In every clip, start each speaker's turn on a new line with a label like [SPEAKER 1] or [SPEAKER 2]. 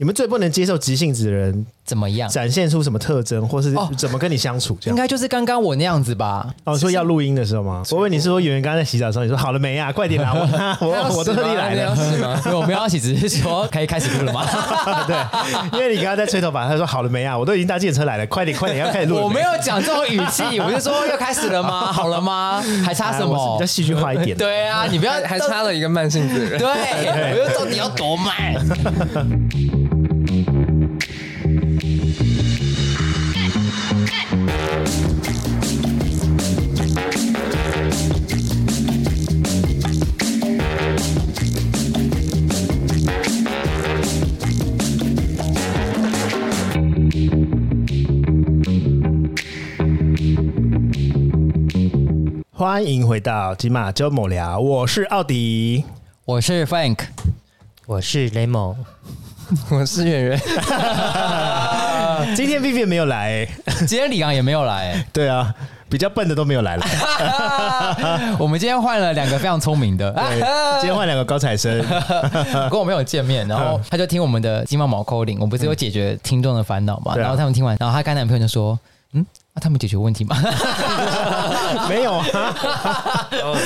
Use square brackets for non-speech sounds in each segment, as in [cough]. [SPEAKER 1] 你们最不能接受急性子的人
[SPEAKER 2] 怎么样？
[SPEAKER 1] 展现出什么特征，或是
[SPEAKER 2] 哦
[SPEAKER 1] 怎么跟你相处这
[SPEAKER 2] 应
[SPEAKER 1] 样？
[SPEAKER 2] 该就是刚刚我那样子吧？
[SPEAKER 1] 哦，说要录音的时候吗？我问你是说演员刚刚在洗澡的时候，你说好了没啊？快点啦，
[SPEAKER 2] [laughs]
[SPEAKER 1] 我我我特地来
[SPEAKER 3] 要
[SPEAKER 1] 的。
[SPEAKER 3] 死吗？
[SPEAKER 2] 没有，我们要一起只是说可以开始录了吗？
[SPEAKER 1] 对，因为你刚刚在吹头发，他说好了没啊？我都已经搭计程车来了，快点快点，
[SPEAKER 2] [laughs]
[SPEAKER 1] 要开始 [laughs] 录了。
[SPEAKER 2] 我没有讲这种语气，我就说要开始了吗？好了吗？还差什
[SPEAKER 1] 啊我是比
[SPEAKER 2] 么
[SPEAKER 1] 较？戏剧化一点。，
[SPEAKER 2] [laughs] 对啊，你不要
[SPEAKER 3] 还还差了一个慢性子的人。
[SPEAKER 2] [laughs] 对，我就到底要多慢？
[SPEAKER 1] 欢迎回到金马周某聊，我是奥迪。
[SPEAKER 2] 我是 Frank，
[SPEAKER 4] 我是雷蒙，
[SPEAKER 3] 我是演员，
[SPEAKER 1] 今天 Vivian 没有来、
[SPEAKER 2] 今天李昂也没有来、
[SPEAKER 1] [laughs]
[SPEAKER 2] [laughs]
[SPEAKER 1] 对啊，比较笨的都没有来了。
[SPEAKER 2] 我们今天换了两个非常聪明的， [laughs]
[SPEAKER 1] 对今天换两个高材生，
[SPEAKER 2] 跟我没有见面，然
[SPEAKER 1] 嗯
[SPEAKER 2] 后他就听我们的金毛毛扣铃，我们不是有解决听众的烦恼嘛？
[SPEAKER 1] 对啊
[SPEAKER 2] 然后他们听完，然后她跟她男朋友就说：“嗯，那、他们解决问题吗？” [laughs]
[SPEAKER 1] 没有啊，
[SPEAKER 4] 哦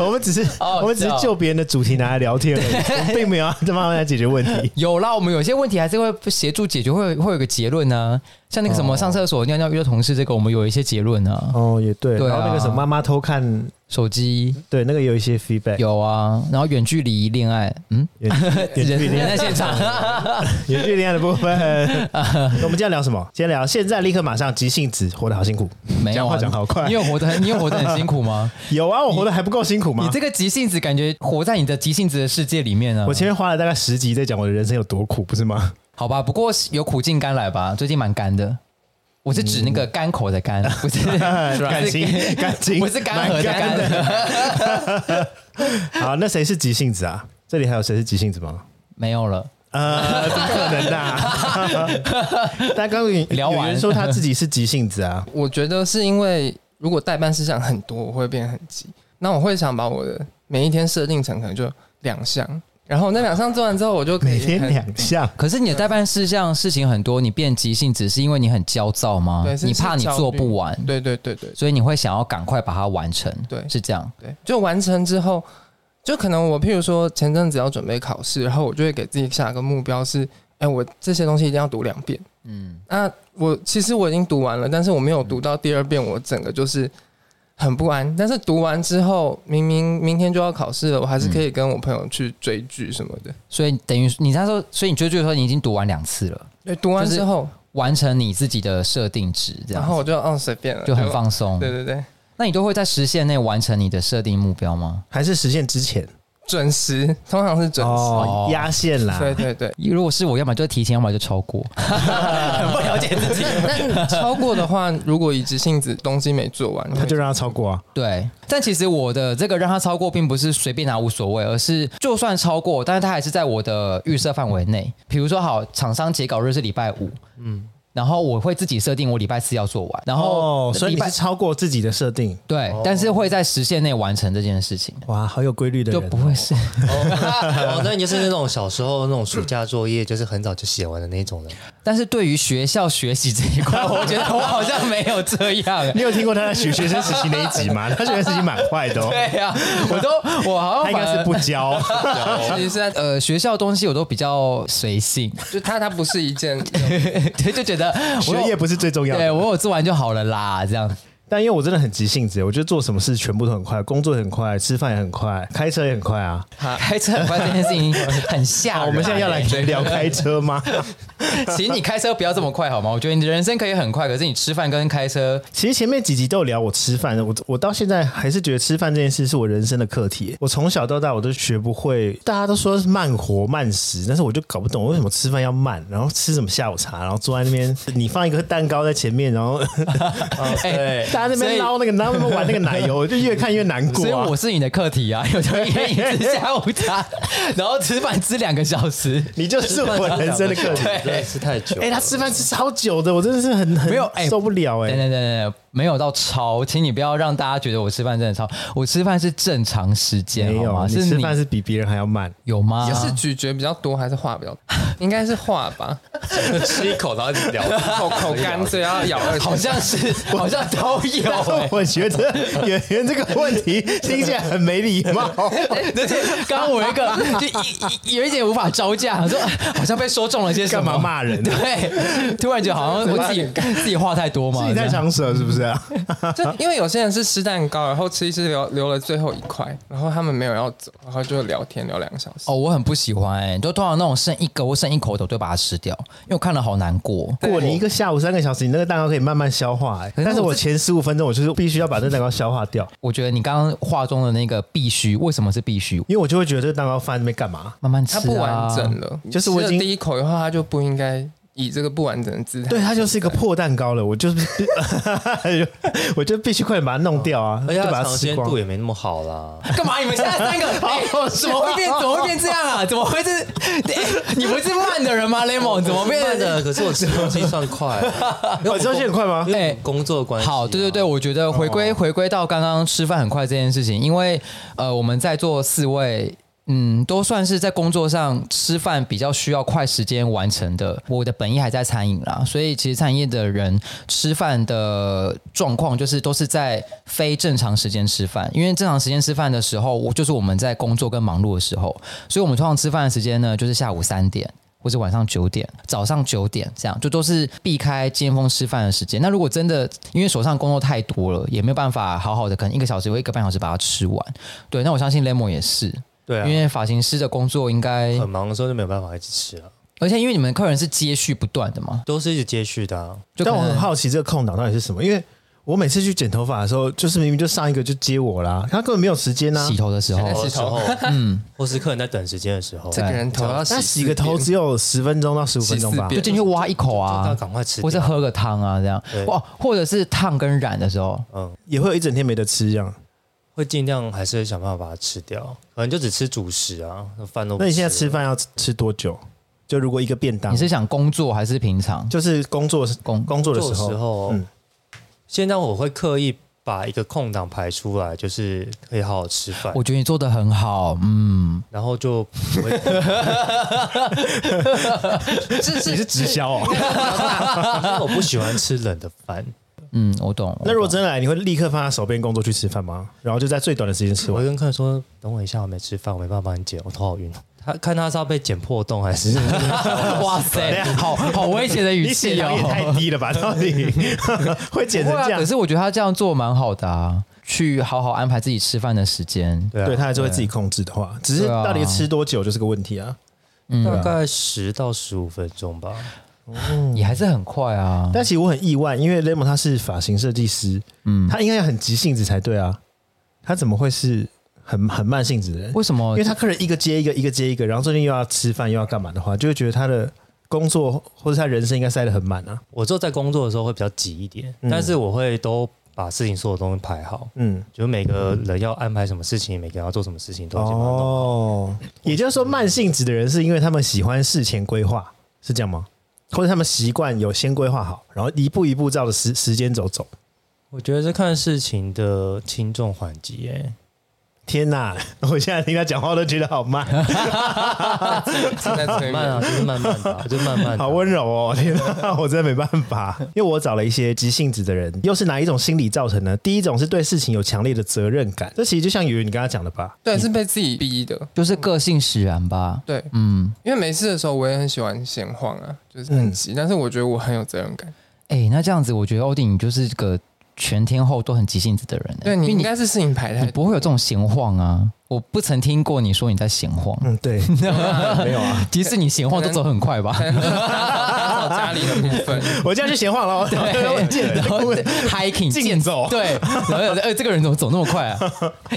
[SPEAKER 1] 我们只是、
[SPEAKER 2] 哦
[SPEAKER 1] 我们只是就别人的主题拿来聊天而已，我们并没有要帮他们来解决问题。
[SPEAKER 2] 有啦，我们有些问题还是会协助解决，会有会有个结论呢、像那个什么上厕所尿尿遇到同事这个，我们有一些结论呢、啊。
[SPEAKER 1] 哦，也对，
[SPEAKER 2] 对啊
[SPEAKER 1] 然后那个什么妈妈偷看，
[SPEAKER 2] 手机
[SPEAKER 1] 对，那个有一些 feedback，
[SPEAKER 2] 有啊，然后远距离恋爱，嗯，
[SPEAKER 1] 远远距
[SPEAKER 2] 人
[SPEAKER 1] 离
[SPEAKER 2] 人
[SPEAKER 1] 恋
[SPEAKER 2] 在现场，
[SPEAKER 1] [laughs] 远距离恋爱的部分。那我们今天聊什么？今天聊现在立刻马上急性子，活得好辛苦。
[SPEAKER 2] 没有
[SPEAKER 1] 讲
[SPEAKER 2] 啊
[SPEAKER 1] 话讲好快
[SPEAKER 2] 你有活得很，你有活得很辛
[SPEAKER 1] [laughs]
[SPEAKER 2] 苦吗？
[SPEAKER 1] 有啊，我活得还不够辛苦吗
[SPEAKER 2] 你？这个急性子感觉活在你的急性子的世界里面呢、啊
[SPEAKER 1] 我前面花了大概十集在讲我的人生有多苦，不是吗？
[SPEAKER 2] 好吧，不过有苦尽甘来吧，最近蛮干的。我是指那
[SPEAKER 3] 嗯
[SPEAKER 2] 个干口的
[SPEAKER 3] [laughs]
[SPEAKER 2] 干，不是
[SPEAKER 1] 感情感情
[SPEAKER 2] [laughs] 不是干涸的
[SPEAKER 1] 蛮干
[SPEAKER 2] 干。
[SPEAKER 1] 好，那谁是急性子啊？这里还有谁是急性子吗？
[SPEAKER 2] [laughs] 没有了，
[SPEAKER 1] 呃，怎么可能啊？ [laughs] 但刚刚有
[SPEAKER 2] 聊完
[SPEAKER 1] 有人说他自己是急性子啊，
[SPEAKER 3] 我觉得是因为如果代办事项很多，我会变很急。那我会想把我的每一天设定成可能就两项，然后那两项做完之后，我就可以
[SPEAKER 1] 每天
[SPEAKER 3] 很
[SPEAKER 1] 两项。
[SPEAKER 2] 可是你的代办事项事情很多，你变急性子是因为你很焦躁吗
[SPEAKER 3] 对，？是
[SPEAKER 2] 你怕你
[SPEAKER 3] 是焦虑
[SPEAKER 2] 做不完，
[SPEAKER 3] 对对对对
[SPEAKER 2] 所以你会想要赶快把它完成，
[SPEAKER 3] 对
[SPEAKER 2] 是这样。
[SPEAKER 3] 对，就完成之后，就可能我譬如说前阵子要准备考试，然后我就会给自己下个目标是，哎、我这些东西一定要读两遍。
[SPEAKER 2] 嗯，
[SPEAKER 3] 那我其实我已经读完了，但是我没有读到第二遍，我整个就是很不安。但是读完之后，明明明天就要考试了，我还是可以跟我朋友去追剧什么的。
[SPEAKER 2] 所以等于你那时候，所以你追剧的时候，你已经读完两次了，
[SPEAKER 3] 对，读完之后，
[SPEAKER 2] 完成你自己的设定值，这样
[SPEAKER 3] 然
[SPEAKER 2] 子
[SPEAKER 3] 后我就嗯随便了，
[SPEAKER 2] 就很。放松。
[SPEAKER 3] 对对对，
[SPEAKER 2] 那你都会在时限内完成你的设定目标吗？
[SPEAKER 1] 还是实现之前
[SPEAKER 3] 准时，通常是准时。
[SPEAKER 1] 哦，压线啦。
[SPEAKER 3] 对对对，
[SPEAKER 2] 如果是我，要么就提前，要么就超过。很不了解自己。
[SPEAKER 3] 超过的话，如果以直性子东西没做完，
[SPEAKER 1] 他就让他超过啊，
[SPEAKER 2] 对，但其实我的这个让它超过，并不是随便拿无所谓，而是就算超过，但是它还是在我的预设范围内。比如说，好，厂商截稿日是礼拜五，嗯，然后我会自己设定我礼拜四要做完，然后
[SPEAKER 1] 哦，所以
[SPEAKER 2] 礼
[SPEAKER 1] 你
[SPEAKER 2] 拜
[SPEAKER 1] 是哦超过自己的设定，
[SPEAKER 2] 对，但是会在时限内完成这件事情，
[SPEAKER 1] 哇，好有规律的
[SPEAKER 2] 就
[SPEAKER 1] 人
[SPEAKER 2] 不，会是
[SPEAKER 4] 哦，那你就是那种小时候那种暑假作业，就是很早就写完的那种人。
[SPEAKER 2] 但是对于学校学习这一块，我觉得我好像没有这样、
[SPEAKER 1] [laughs] 你有听过他在学学生时期那一集 [laughs] 吗？他学生时期蛮坏的哦，
[SPEAKER 2] 对呀、我都我好
[SPEAKER 1] 他
[SPEAKER 2] 像
[SPEAKER 1] 应该是
[SPEAKER 2] 反而
[SPEAKER 1] 不教。 [laughs]
[SPEAKER 2] [laughs]
[SPEAKER 3] 其实是在
[SPEAKER 2] 呃学校的东西我都比较随性，
[SPEAKER 3] [laughs] 就它它不是一件，
[SPEAKER 2] [laughs] 对，就觉得我有
[SPEAKER 1] 学业不是最重要
[SPEAKER 2] 对
[SPEAKER 1] 的，
[SPEAKER 2] 我有做完就好了啦，这样。
[SPEAKER 1] 但因为我真的很急性子，我觉得做什么事全部都很快，工作也很快，吃饭也很快，开车也很快啊。
[SPEAKER 2] 开车很快这件事情很吓
[SPEAKER 1] 好，
[SPEAKER 2] 人。
[SPEAKER 1] 我们现在要来聊开车 [laughs] 吗？
[SPEAKER 2] [laughs] 请你开车不要这么快好吗？我觉得你的人生可以很快，可是你吃饭跟开车，
[SPEAKER 1] 其实前面几集都有聊我吃饭，我我到现在还是觉得吃饭这件事是我人生的课题。我从小到大我都学不会，大家都说是慢活慢食，但是我就搞不懂为什么吃饭要慢，然后吃什么下午茶，然后坐在那边，你放一个蛋糕在前面，然后
[SPEAKER 2] 哎
[SPEAKER 1] 哦 [laughs] 大家在那
[SPEAKER 2] 所以
[SPEAKER 1] 边捞那个，然后那边玩那个奶油，我就越看越难过、
[SPEAKER 2] 所以
[SPEAKER 1] 啊
[SPEAKER 2] 我。是你的课题啊！有时候一人一
[SPEAKER 1] [laughs]
[SPEAKER 2] 次下午茶，然后吃饭吃两个小时，
[SPEAKER 1] 你就是我人生的课题，
[SPEAKER 2] [laughs] 对
[SPEAKER 4] 饭吃太久了，
[SPEAKER 1] 哎、他吃饭吃超久的，我真的是很很
[SPEAKER 2] 没有哎
[SPEAKER 1] 受不了哎、
[SPEAKER 2] 等等等等等，没有到超，请你不要让大家觉得我吃饭真的超，我吃饭是正常时间，
[SPEAKER 1] 没
[SPEAKER 2] 好
[SPEAKER 1] 有，
[SPEAKER 2] 吗？
[SPEAKER 1] 你
[SPEAKER 2] 是
[SPEAKER 1] 吃
[SPEAKER 2] 你
[SPEAKER 1] 饭是比别人还要慢。
[SPEAKER 2] 有吗？
[SPEAKER 3] 是咀嚼比较多还是话比较多？应该是话吧，
[SPEAKER 4] 吃一口然后就聊，
[SPEAKER 3] 口口干，所以要咬二十
[SPEAKER 2] [laughs] 好像
[SPEAKER 1] [laughs]
[SPEAKER 2] 是，好像都有、欸。
[SPEAKER 1] 我觉得演员这个问题听起来很没礼
[SPEAKER 4] [laughs]
[SPEAKER 1] 貌。
[SPEAKER 2] [laughs] 而且欸刚刚我有一个就一一有一点无法招架，说好像被说中了些什
[SPEAKER 1] 干
[SPEAKER 2] 么，
[SPEAKER 1] 嘛骂人
[SPEAKER 2] [laughs]
[SPEAKER 1] 啊
[SPEAKER 2] 对，突然觉得好像我自己自己话太多嘛，
[SPEAKER 1] 自己太
[SPEAKER 2] 这样
[SPEAKER 1] 长舌是不是啊？
[SPEAKER 3] 就因为有些人是吃蛋糕，然后吃一吃留留了最后一块，然后他们没有要走，然后就聊天聊两个小时。
[SPEAKER 2] 哦，我很不喜欢、欸，就通常那种剩一个或剩一口的，我就把它吃掉，因为我看了好难过。
[SPEAKER 1] 过你一个下午三个小时，你那个蛋糕可以慢慢消化、哎
[SPEAKER 2] 是
[SPEAKER 1] 但是我前十五分钟我就是必须要把这蛋糕消化掉，
[SPEAKER 2] 我觉得你刚刚话中的那个必须，为什么是必须？
[SPEAKER 1] 因为我就会觉得这个蛋糕放在那边干嘛？
[SPEAKER 2] 慢慢吃、
[SPEAKER 3] 它
[SPEAKER 2] 啊，
[SPEAKER 3] 不完整了，
[SPEAKER 1] 就是我已
[SPEAKER 3] 吃了
[SPEAKER 1] 经
[SPEAKER 3] 第一口的话，它就不应该以这个不完整的姿态。
[SPEAKER 1] 对，它就是一个破蛋糕了，我就是 [laughs] 我就必须快点把它弄掉啊，
[SPEAKER 4] 而且
[SPEAKER 1] 就
[SPEAKER 4] 它
[SPEAKER 1] 把它
[SPEAKER 4] 尝
[SPEAKER 1] 吃
[SPEAKER 4] 鲜
[SPEAKER 1] 光
[SPEAKER 4] 度。也没那么好啦。
[SPEAKER 2] 干嘛？你们现在三个，哎怎么会变？怎么会变这样啊？怎么会是？ [laughs] 哎你不是慢的人吗？Lemon 怎么变
[SPEAKER 4] 慢
[SPEAKER 2] 的？
[SPEAKER 4] 的，可是我吃东西算 [laughs] 快，因为
[SPEAKER 1] 我
[SPEAKER 4] 我
[SPEAKER 1] 吃东西很快吗
[SPEAKER 4] 因？为我工作的关系啊。哦
[SPEAKER 2] 好，对对对，我觉得回归、回归到刚刚吃饭很快这件事情，因为呃，我们在座四位。嗯，都算是在工作上吃饭比较需要快时间完成的。我的本意还在餐饮啦，所以其实餐饮业的人吃饭的状况就是都是在非正常时间吃饭，因为正常时间吃饭的时候，我就是我们在工作跟忙碌的时候，所以我们通常吃饭的时间呢就是下午三点。或者晚上九点、早上九点这样，就都是避开尖峰吃饭的时间。那如果真的因为手上工作太多了，也没有办法好好的，可能一个小时或一个半小时把它吃完。对，那我相信 Lemon 也是，
[SPEAKER 4] 对
[SPEAKER 2] 因
[SPEAKER 4] 啊，
[SPEAKER 2] 为发型师的工作应该，
[SPEAKER 4] 很忙的时候就没有办法一直吃了，
[SPEAKER 2] 而且因为你们客人是接续不断的嘛，
[SPEAKER 4] 都是一直接续的啊。
[SPEAKER 2] 就可
[SPEAKER 1] 但我
[SPEAKER 2] 能
[SPEAKER 1] 很好奇这个空档到底是什么，因为我每次去剪头发的时候，就是明明就上一个就接我啦，他根本没有时间啊
[SPEAKER 2] 洗。哦头的嗯时候，
[SPEAKER 3] 在洗头
[SPEAKER 4] 有时候，嗯或是客人在等时间的时候，
[SPEAKER 3] 这个人头要
[SPEAKER 1] 他洗个
[SPEAKER 3] 四遍
[SPEAKER 1] 头只有十分钟到十五分钟吧
[SPEAKER 3] 洗四，
[SPEAKER 2] 就
[SPEAKER 3] 遍
[SPEAKER 2] 进去挖一口
[SPEAKER 4] 就
[SPEAKER 2] 啊
[SPEAKER 4] 要，赶快吃掉
[SPEAKER 2] 或是喝个汤啊这样，
[SPEAKER 4] 对
[SPEAKER 2] 哇，或者是烫跟染的时候，
[SPEAKER 4] 嗯，
[SPEAKER 1] 也会有一整天没得吃这样。
[SPEAKER 4] 会尽量还是想办法把它吃掉，可能就只吃主食啊，饭都不
[SPEAKER 1] 那你现在吃
[SPEAKER 4] 了
[SPEAKER 1] 饭要吃吃多久？就如果一个便当
[SPEAKER 2] 你，是想工作还是平常？
[SPEAKER 1] 就是工作
[SPEAKER 2] 工
[SPEAKER 1] 工作的时
[SPEAKER 4] 做的
[SPEAKER 1] 候，
[SPEAKER 4] 时候，
[SPEAKER 1] 嗯
[SPEAKER 4] 现在我会刻意把一个空档排出来，就是可以好好吃饭，
[SPEAKER 2] 我觉得你做的很好，嗯，
[SPEAKER 4] 然后就不会，
[SPEAKER 3] 是是
[SPEAKER 1] 直销哦。
[SPEAKER 4] 因为我不喜欢吃冷的饭，
[SPEAKER 2] 嗯，我懂。
[SPEAKER 1] [laughs] 那如
[SPEAKER 2] 我
[SPEAKER 1] 果
[SPEAKER 2] 懂
[SPEAKER 1] 真的来，你会立刻放下手边工作去吃饭吗？然后就在最短的时间吃
[SPEAKER 4] 我
[SPEAKER 1] 完
[SPEAKER 4] [laughs] 会。跟客人说，等我一下，我没吃饭，我没办法帮你剪，我头好晕。哦他看他是要被剪破洞
[SPEAKER 1] [laughs]
[SPEAKER 4] 还是？
[SPEAKER 1] 啊
[SPEAKER 2] 哇塞，好好危险的语
[SPEAKER 1] 你血
[SPEAKER 2] 气
[SPEAKER 1] 量也太
[SPEAKER 2] 哦。
[SPEAKER 1] 低了吧？到底 [laughs] 会减
[SPEAKER 2] 不
[SPEAKER 1] 成
[SPEAKER 2] 会啊
[SPEAKER 1] 这样
[SPEAKER 2] 可？是我觉得他这样做蛮好的啊，去好好安排自己吃饭的时间。
[SPEAKER 4] 对
[SPEAKER 1] 对
[SPEAKER 4] 啊，
[SPEAKER 1] 他还是会自己控制的话，只是
[SPEAKER 2] 对啊
[SPEAKER 1] 到底吃多久就是个问题啊。
[SPEAKER 4] 大概
[SPEAKER 1] 嗯
[SPEAKER 4] 十到十五分钟吧。
[SPEAKER 2] 你还是很快啊。
[SPEAKER 1] 但其实我很意外，因为 Lemon 他是发型设计师，
[SPEAKER 2] 嗯，
[SPEAKER 1] 他应该要很急性子才对啊，他怎么会是很很慢性子的人？
[SPEAKER 2] 为什么？
[SPEAKER 1] 因为他客人一个接一个，一个接一个，然后最近又要吃饭又要干嘛的话，就会觉得他的工作或者他人生应该塞得很满啊。
[SPEAKER 4] 我就在工作的时候会比较急一点，
[SPEAKER 1] 嗯
[SPEAKER 4] 但是我会都把事情所有东西排好，
[SPEAKER 1] 嗯，
[SPEAKER 4] 就是每个人要安排什么事情，每个人要做什么事情都已经把它弄好
[SPEAKER 1] 哦，也就是说，慢性子的人是因为他们喜欢事前规划，是这样吗？或者他们习惯有先规划好，然后一步一步照着时时间走走。
[SPEAKER 4] 我觉得是看事情的轻重缓急、耶。
[SPEAKER 1] 天哪！ [laughs] 我现在听他讲话都觉得好慢，
[SPEAKER 3] 正在催
[SPEAKER 4] 慢啊，
[SPEAKER 3] 眠。
[SPEAKER 4] 就是慢慢
[SPEAKER 1] [laughs]
[SPEAKER 4] 的啊、就慢慢的啊、
[SPEAKER 1] 好温柔哦！ [laughs] 天哪，我真的没办法，因为我找了一些急性子的人，又是哪一种心理造成呢？第一种是对事情有强烈的责任感，这其实就像宇你刚刚讲的吧？
[SPEAKER 3] 对，是被自己逼的。
[SPEAKER 2] 就是个性使然吧。
[SPEAKER 3] 对，
[SPEAKER 2] 嗯，
[SPEAKER 3] 因为没事的时候，我也很喜欢闲晃啊，就是很急。但是我觉得我很有责任感。
[SPEAKER 2] 哎、那这样子，我觉得欧弟你就是个全天候都很急性子的人、欸。
[SPEAKER 3] 对你
[SPEAKER 2] 因
[SPEAKER 3] 应
[SPEAKER 2] 为
[SPEAKER 3] 该是事情排
[SPEAKER 2] 你
[SPEAKER 3] 太
[SPEAKER 2] 你不会有这种闲晃啊。我不曾听过你说你在闲晃，
[SPEAKER 1] 嗯，对，没有啊，
[SPEAKER 2] 即使你闲晃都走很快吧？
[SPEAKER 3] [laughs] 打扫家里的部分。
[SPEAKER 1] [laughs] 我这样就闲晃了，
[SPEAKER 2] 对，
[SPEAKER 1] 见 [laughs]
[SPEAKER 2] 然后 hiking
[SPEAKER 1] 竞
[SPEAKER 2] 健
[SPEAKER 1] 走
[SPEAKER 2] 对，然后呃、这个人怎么走那么快啊？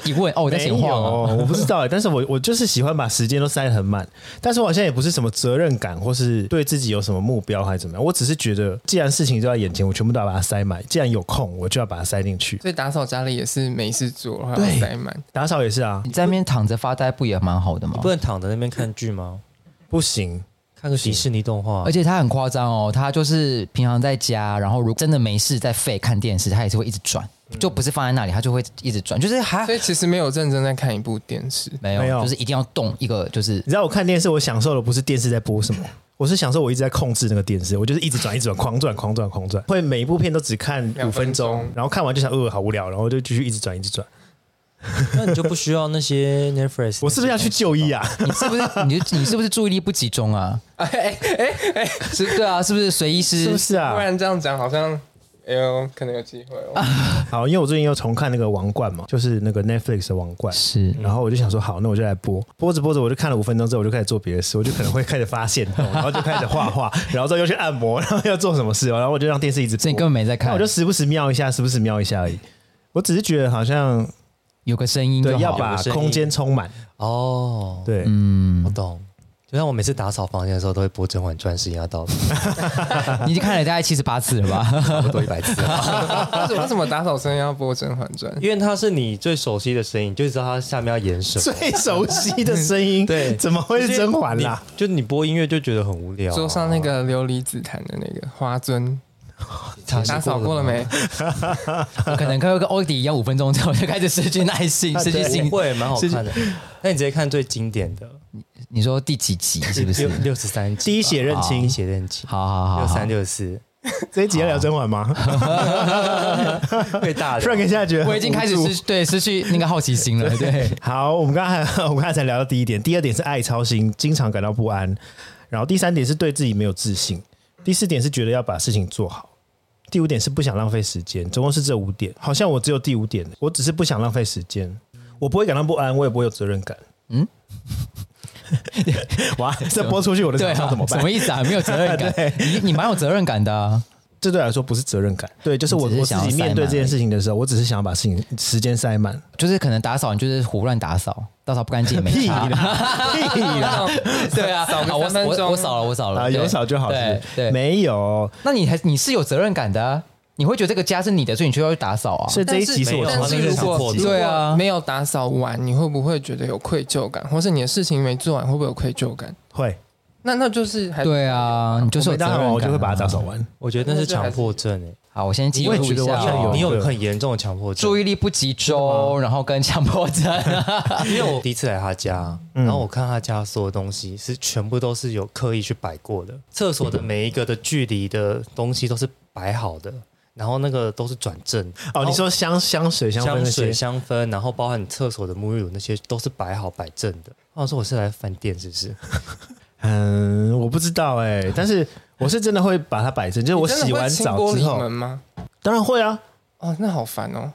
[SPEAKER 2] 一问哦，我在闲
[SPEAKER 1] 没有
[SPEAKER 2] 晃、啊，
[SPEAKER 1] 我不知道欸，但是我我就是喜欢把时间都塞得很满，但是我好像也不是什么责任感，或是对自己有什么目标还是怎么样，我只是觉得既然事情就在眼前，我全部都要把它塞满，既然有空，我就要把它塞进去。
[SPEAKER 3] 所以打扫家里也是没事做，然后
[SPEAKER 1] 对
[SPEAKER 3] 塞满。
[SPEAKER 1] 打扫也是啊
[SPEAKER 2] 你，在那边躺着发呆不也蛮好的吗
[SPEAKER 4] 你？不能躺在那边看剧吗？
[SPEAKER 1] 不行，
[SPEAKER 4] 看个哎迪士尼动画，
[SPEAKER 2] 而且
[SPEAKER 4] 且
[SPEAKER 2] 他很夸张哦，他就是平常在家，然后如果真的没事在废看电视，他也是会一直转，就不是放在那里，他就会一直转，就是还
[SPEAKER 3] 所以其实没有认真在看一部电视。
[SPEAKER 2] 啊没有，
[SPEAKER 1] 没有
[SPEAKER 2] 就是一定要动一个，
[SPEAKER 1] [laughs]
[SPEAKER 2] 就是
[SPEAKER 1] 你知道我看电视，我享受的不是电视在播什么，我是享受我一直在控制那个电视，我就是一直转、一直转、狂转、狂转、狂转，会每一部片都只看五
[SPEAKER 3] 两
[SPEAKER 1] 分
[SPEAKER 3] 分钟
[SPEAKER 1] 钟，然后看完就想，呃，好无聊，然后就继续一直转、一直转。
[SPEAKER 4] 那你就不需要那些 [laughs] Netflix。
[SPEAKER 1] 我是不是要去就医啊？
[SPEAKER 2] 你是不是你就你是不是注意力不集中啊？哎哎哎，是对啊，是不是随医
[SPEAKER 1] 是
[SPEAKER 2] 师
[SPEAKER 1] 不？是
[SPEAKER 3] 不
[SPEAKER 1] 啊？
[SPEAKER 3] 然这样讲好像，哎呦，可能有机会哦。
[SPEAKER 1] 好，因为我最近又重看那个《王冠》嘛，就是那个 Netflix 的《王冠》。
[SPEAKER 2] 是
[SPEAKER 1] 然后我就想说，好，那我就来播，播着播着，我就看了五分钟之后，我就开始做别的事，我就可能会开始发现，
[SPEAKER 2] [laughs]
[SPEAKER 1] 然后就开始画画，然后之后又去按摩，然后要做什么事，然后我就让电视一直
[SPEAKER 2] 所以你根
[SPEAKER 1] 播，
[SPEAKER 2] 本没在
[SPEAKER 1] 那
[SPEAKER 2] 看，
[SPEAKER 1] 我就时不时瞄一下，时不时瞄一下而已。我只是觉得好像
[SPEAKER 2] 有个声音就嗯
[SPEAKER 1] 对，
[SPEAKER 2] 好
[SPEAKER 1] 要
[SPEAKER 2] 了
[SPEAKER 1] 把
[SPEAKER 4] 有声音
[SPEAKER 1] 空间充满，
[SPEAKER 4] 哦，
[SPEAKER 1] 对，
[SPEAKER 4] 我懂。就像我每次打扫房间的时候，都会播《甄嬛传》是一样的 [laughs] 道理，
[SPEAKER 2] 你已经看了大概七十八次了
[SPEAKER 4] [laughs]
[SPEAKER 2] 吧？
[SPEAKER 4] 差不多一百次了。
[SPEAKER 3] 为什么为什么打扫声要播《甄嬛传》？
[SPEAKER 4] 因为它是你最熟悉的声音，你就知道它下面要演什
[SPEAKER 1] [laughs]
[SPEAKER 4] 么。
[SPEAKER 1] 最熟悉的声
[SPEAKER 2] [laughs]
[SPEAKER 1] 音，
[SPEAKER 4] 对
[SPEAKER 1] 怎么会是甄嬛啊啦？
[SPEAKER 4] 就你播音乐就觉得很无聊啊、
[SPEAKER 3] 桌上那个琉璃紫檀的那个花樽，
[SPEAKER 2] 啊
[SPEAKER 4] 尝试
[SPEAKER 3] 打扫过了
[SPEAKER 4] 吗
[SPEAKER 3] 没？
[SPEAKER 2] 我可能跟跟欧迪一样，五分钟之后就开始失去耐性，失去
[SPEAKER 4] 不 [laughs]
[SPEAKER 2] 兴。
[SPEAKER 4] 会蛮好看的。那你直接看最经典的，
[SPEAKER 2] 你说第几集是不
[SPEAKER 4] 六 [laughs]
[SPEAKER 2] 是？
[SPEAKER 4] 六十三集吧，
[SPEAKER 1] 第一血认
[SPEAKER 4] 第一
[SPEAKER 1] 亲，
[SPEAKER 4] 血认亲，
[SPEAKER 2] 好好好
[SPEAKER 4] 六
[SPEAKER 2] 好
[SPEAKER 4] 三，六四，
[SPEAKER 1] [laughs] 这一集要聊甄嬛
[SPEAKER 2] [laughs]
[SPEAKER 1] 吗？
[SPEAKER 4] 最大
[SPEAKER 1] 突然
[SPEAKER 4] 的。
[SPEAKER 1] 跟现在觉 [laughs] 得很
[SPEAKER 2] 我已经开始
[SPEAKER 1] 无助
[SPEAKER 2] 失对失去那个好奇心了，对。
[SPEAKER 1] 好，我们刚才我们刚才才聊到第一点，第二点是爱操心，经常感到不安，然后第三点是对自己没有自信，第四点是觉得要把事情做好，第五点是不想浪费时间，总共是这五点。好像我只有第五点，我只是不想浪费时间，我不会感到不安，我也不会有责任感。嗯
[SPEAKER 2] 嗯，
[SPEAKER 1] [laughs] 哇，这播出去我的
[SPEAKER 2] 对
[SPEAKER 1] 厂
[SPEAKER 2] 啊
[SPEAKER 1] 商怎么，办
[SPEAKER 2] 什？么意思啊？没有责任
[SPEAKER 1] [laughs]
[SPEAKER 2] 感，你你蛮有责任感的啊。
[SPEAKER 1] 这对我来说不是责任感， [laughs] 对，就是我
[SPEAKER 2] 你只
[SPEAKER 1] 我
[SPEAKER 2] 是
[SPEAKER 1] 自
[SPEAKER 2] 想要
[SPEAKER 1] 己面对这件事情的时候，我只是想要把事情时间塞满。
[SPEAKER 2] 就是可能打扫，你就是胡乱打扫，打扫不干净也没
[SPEAKER 1] 屁
[SPEAKER 2] 差。
[SPEAKER 1] 啦，屁
[SPEAKER 3] [laughs]
[SPEAKER 1] 啦！
[SPEAKER 2] [laughs] 对
[SPEAKER 1] [laughs]
[SPEAKER 2] 啊，
[SPEAKER 3] 扫个
[SPEAKER 2] 好我
[SPEAKER 3] 三分
[SPEAKER 2] 我
[SPEAKER 3] 钟
[SPEAKER 2] 我扫了，我扫了，
[SPEAKER 1] 啊，
[SPEAKER 2] 对
[SPEAKER 1] 有少就好，是
[SPEAKER 2] 对
[SPEAKER 1] 不是
[SPEAKER 2] 对，
[SPEAKER 1] 没有。
[SPEAKER 2] 那你还你是有责任感的啊，你会觉得这个家是你的，所以你就要去打扫啊。
[SPEAKER 1] 所以这一集
[SPEAKER 4] 没
[SPEAKER 1] 我
[SPEAKER 4] 有
[SPEAKER 1] 从
[SPEAKER 3] 但
[SPEAKER 1] 来
[SPEAKER 3] 是
[SPEAKER 1] 没
[SPEAKER 3] 如
[SPEAKER 1] 有想
[SPEAKER 3] 果
[SPEAKER 1] 过
[SPEAKER 3] 如
[SPEAKER 1] 的
[SPEAKER 2] 是对啊
[SPEAKER 3] 果没有打扫完，你会不会觉得有愧疚感，或是你的事情没做完，会不会有愧疚感？
[SPEAKER 1] 会，
[SPEAKER 3] 那那就是还
[SPEAKER 2] 对啊，你就是
[SPEAKER 1] 我
[SPEAKER 2] 有
[SPEAKER 1] 没
[SPEAKER 2] 责
[SPEAKER 1] 打
[SPEAKER 2] 任
[SPEAKER 1] 扫完
[SPEAKER 2] 感。
[SPEAKER 1] 我就会把它打扫。完。
[SPEAKER 4] 我觉得那是强迫症哎、
[SPEAKER 2] 好，我先记录
[SPEAKER 1] 我也觉
[SPEAKER 2] 一
[SPEAKER 1] 得
[SPEAKER 2] 下
[SPEAKER 1] 我好像
[SPEAKER 2] 哦。
[SPEAKER 4] 你有很严重的强迫症。
[SPEAKER 2] 注意力不集中，然后跟强迫症。啊
[SPEAKER 1] [laughs]
[SPEAKER 4] 因为我第一次来他家，
[SPEAKER 1] 嗯
[SPEAKER 4] 然后我看他家所有东西是全部都是有刻意去摆过的，厕所的每一个的距离的东西都是摆好的，然后那个都是转正
[SPEAKER 1] 哦，你说香香水、香氛
[SPEAKER 4] 香
[SPEAKER 1] 那
[SPEAKER 4] 水、
[SPEAKER 1] 些，
[SPEAKER 4] 香氛，然后包含你厕所的沐浴乳那些都是摆好摆正的。我想说我是来饭店是不是？
[SPEAKER 1] 嗯，我不知道哎，但是我是真的会把它摆正，就是我
[SPEAKER 3] 你真的
[SPEAKER 1] 洗
[SPEAKER 3] 会
[SPEAKER 1] 完
[SPEAKER 3] 清
[SPEAKER 1] 澡
[SPEAKER 3] 玻
[SPEAKER 1] 之
[SPEAKER 3] 璃
[SPEAKER 1] 后
[SPEAKER 3] 门，吗？
[SPEAKER 1] 当然会啊。
[SPEAKER 3] 哦， [laughs] 那好烦哦！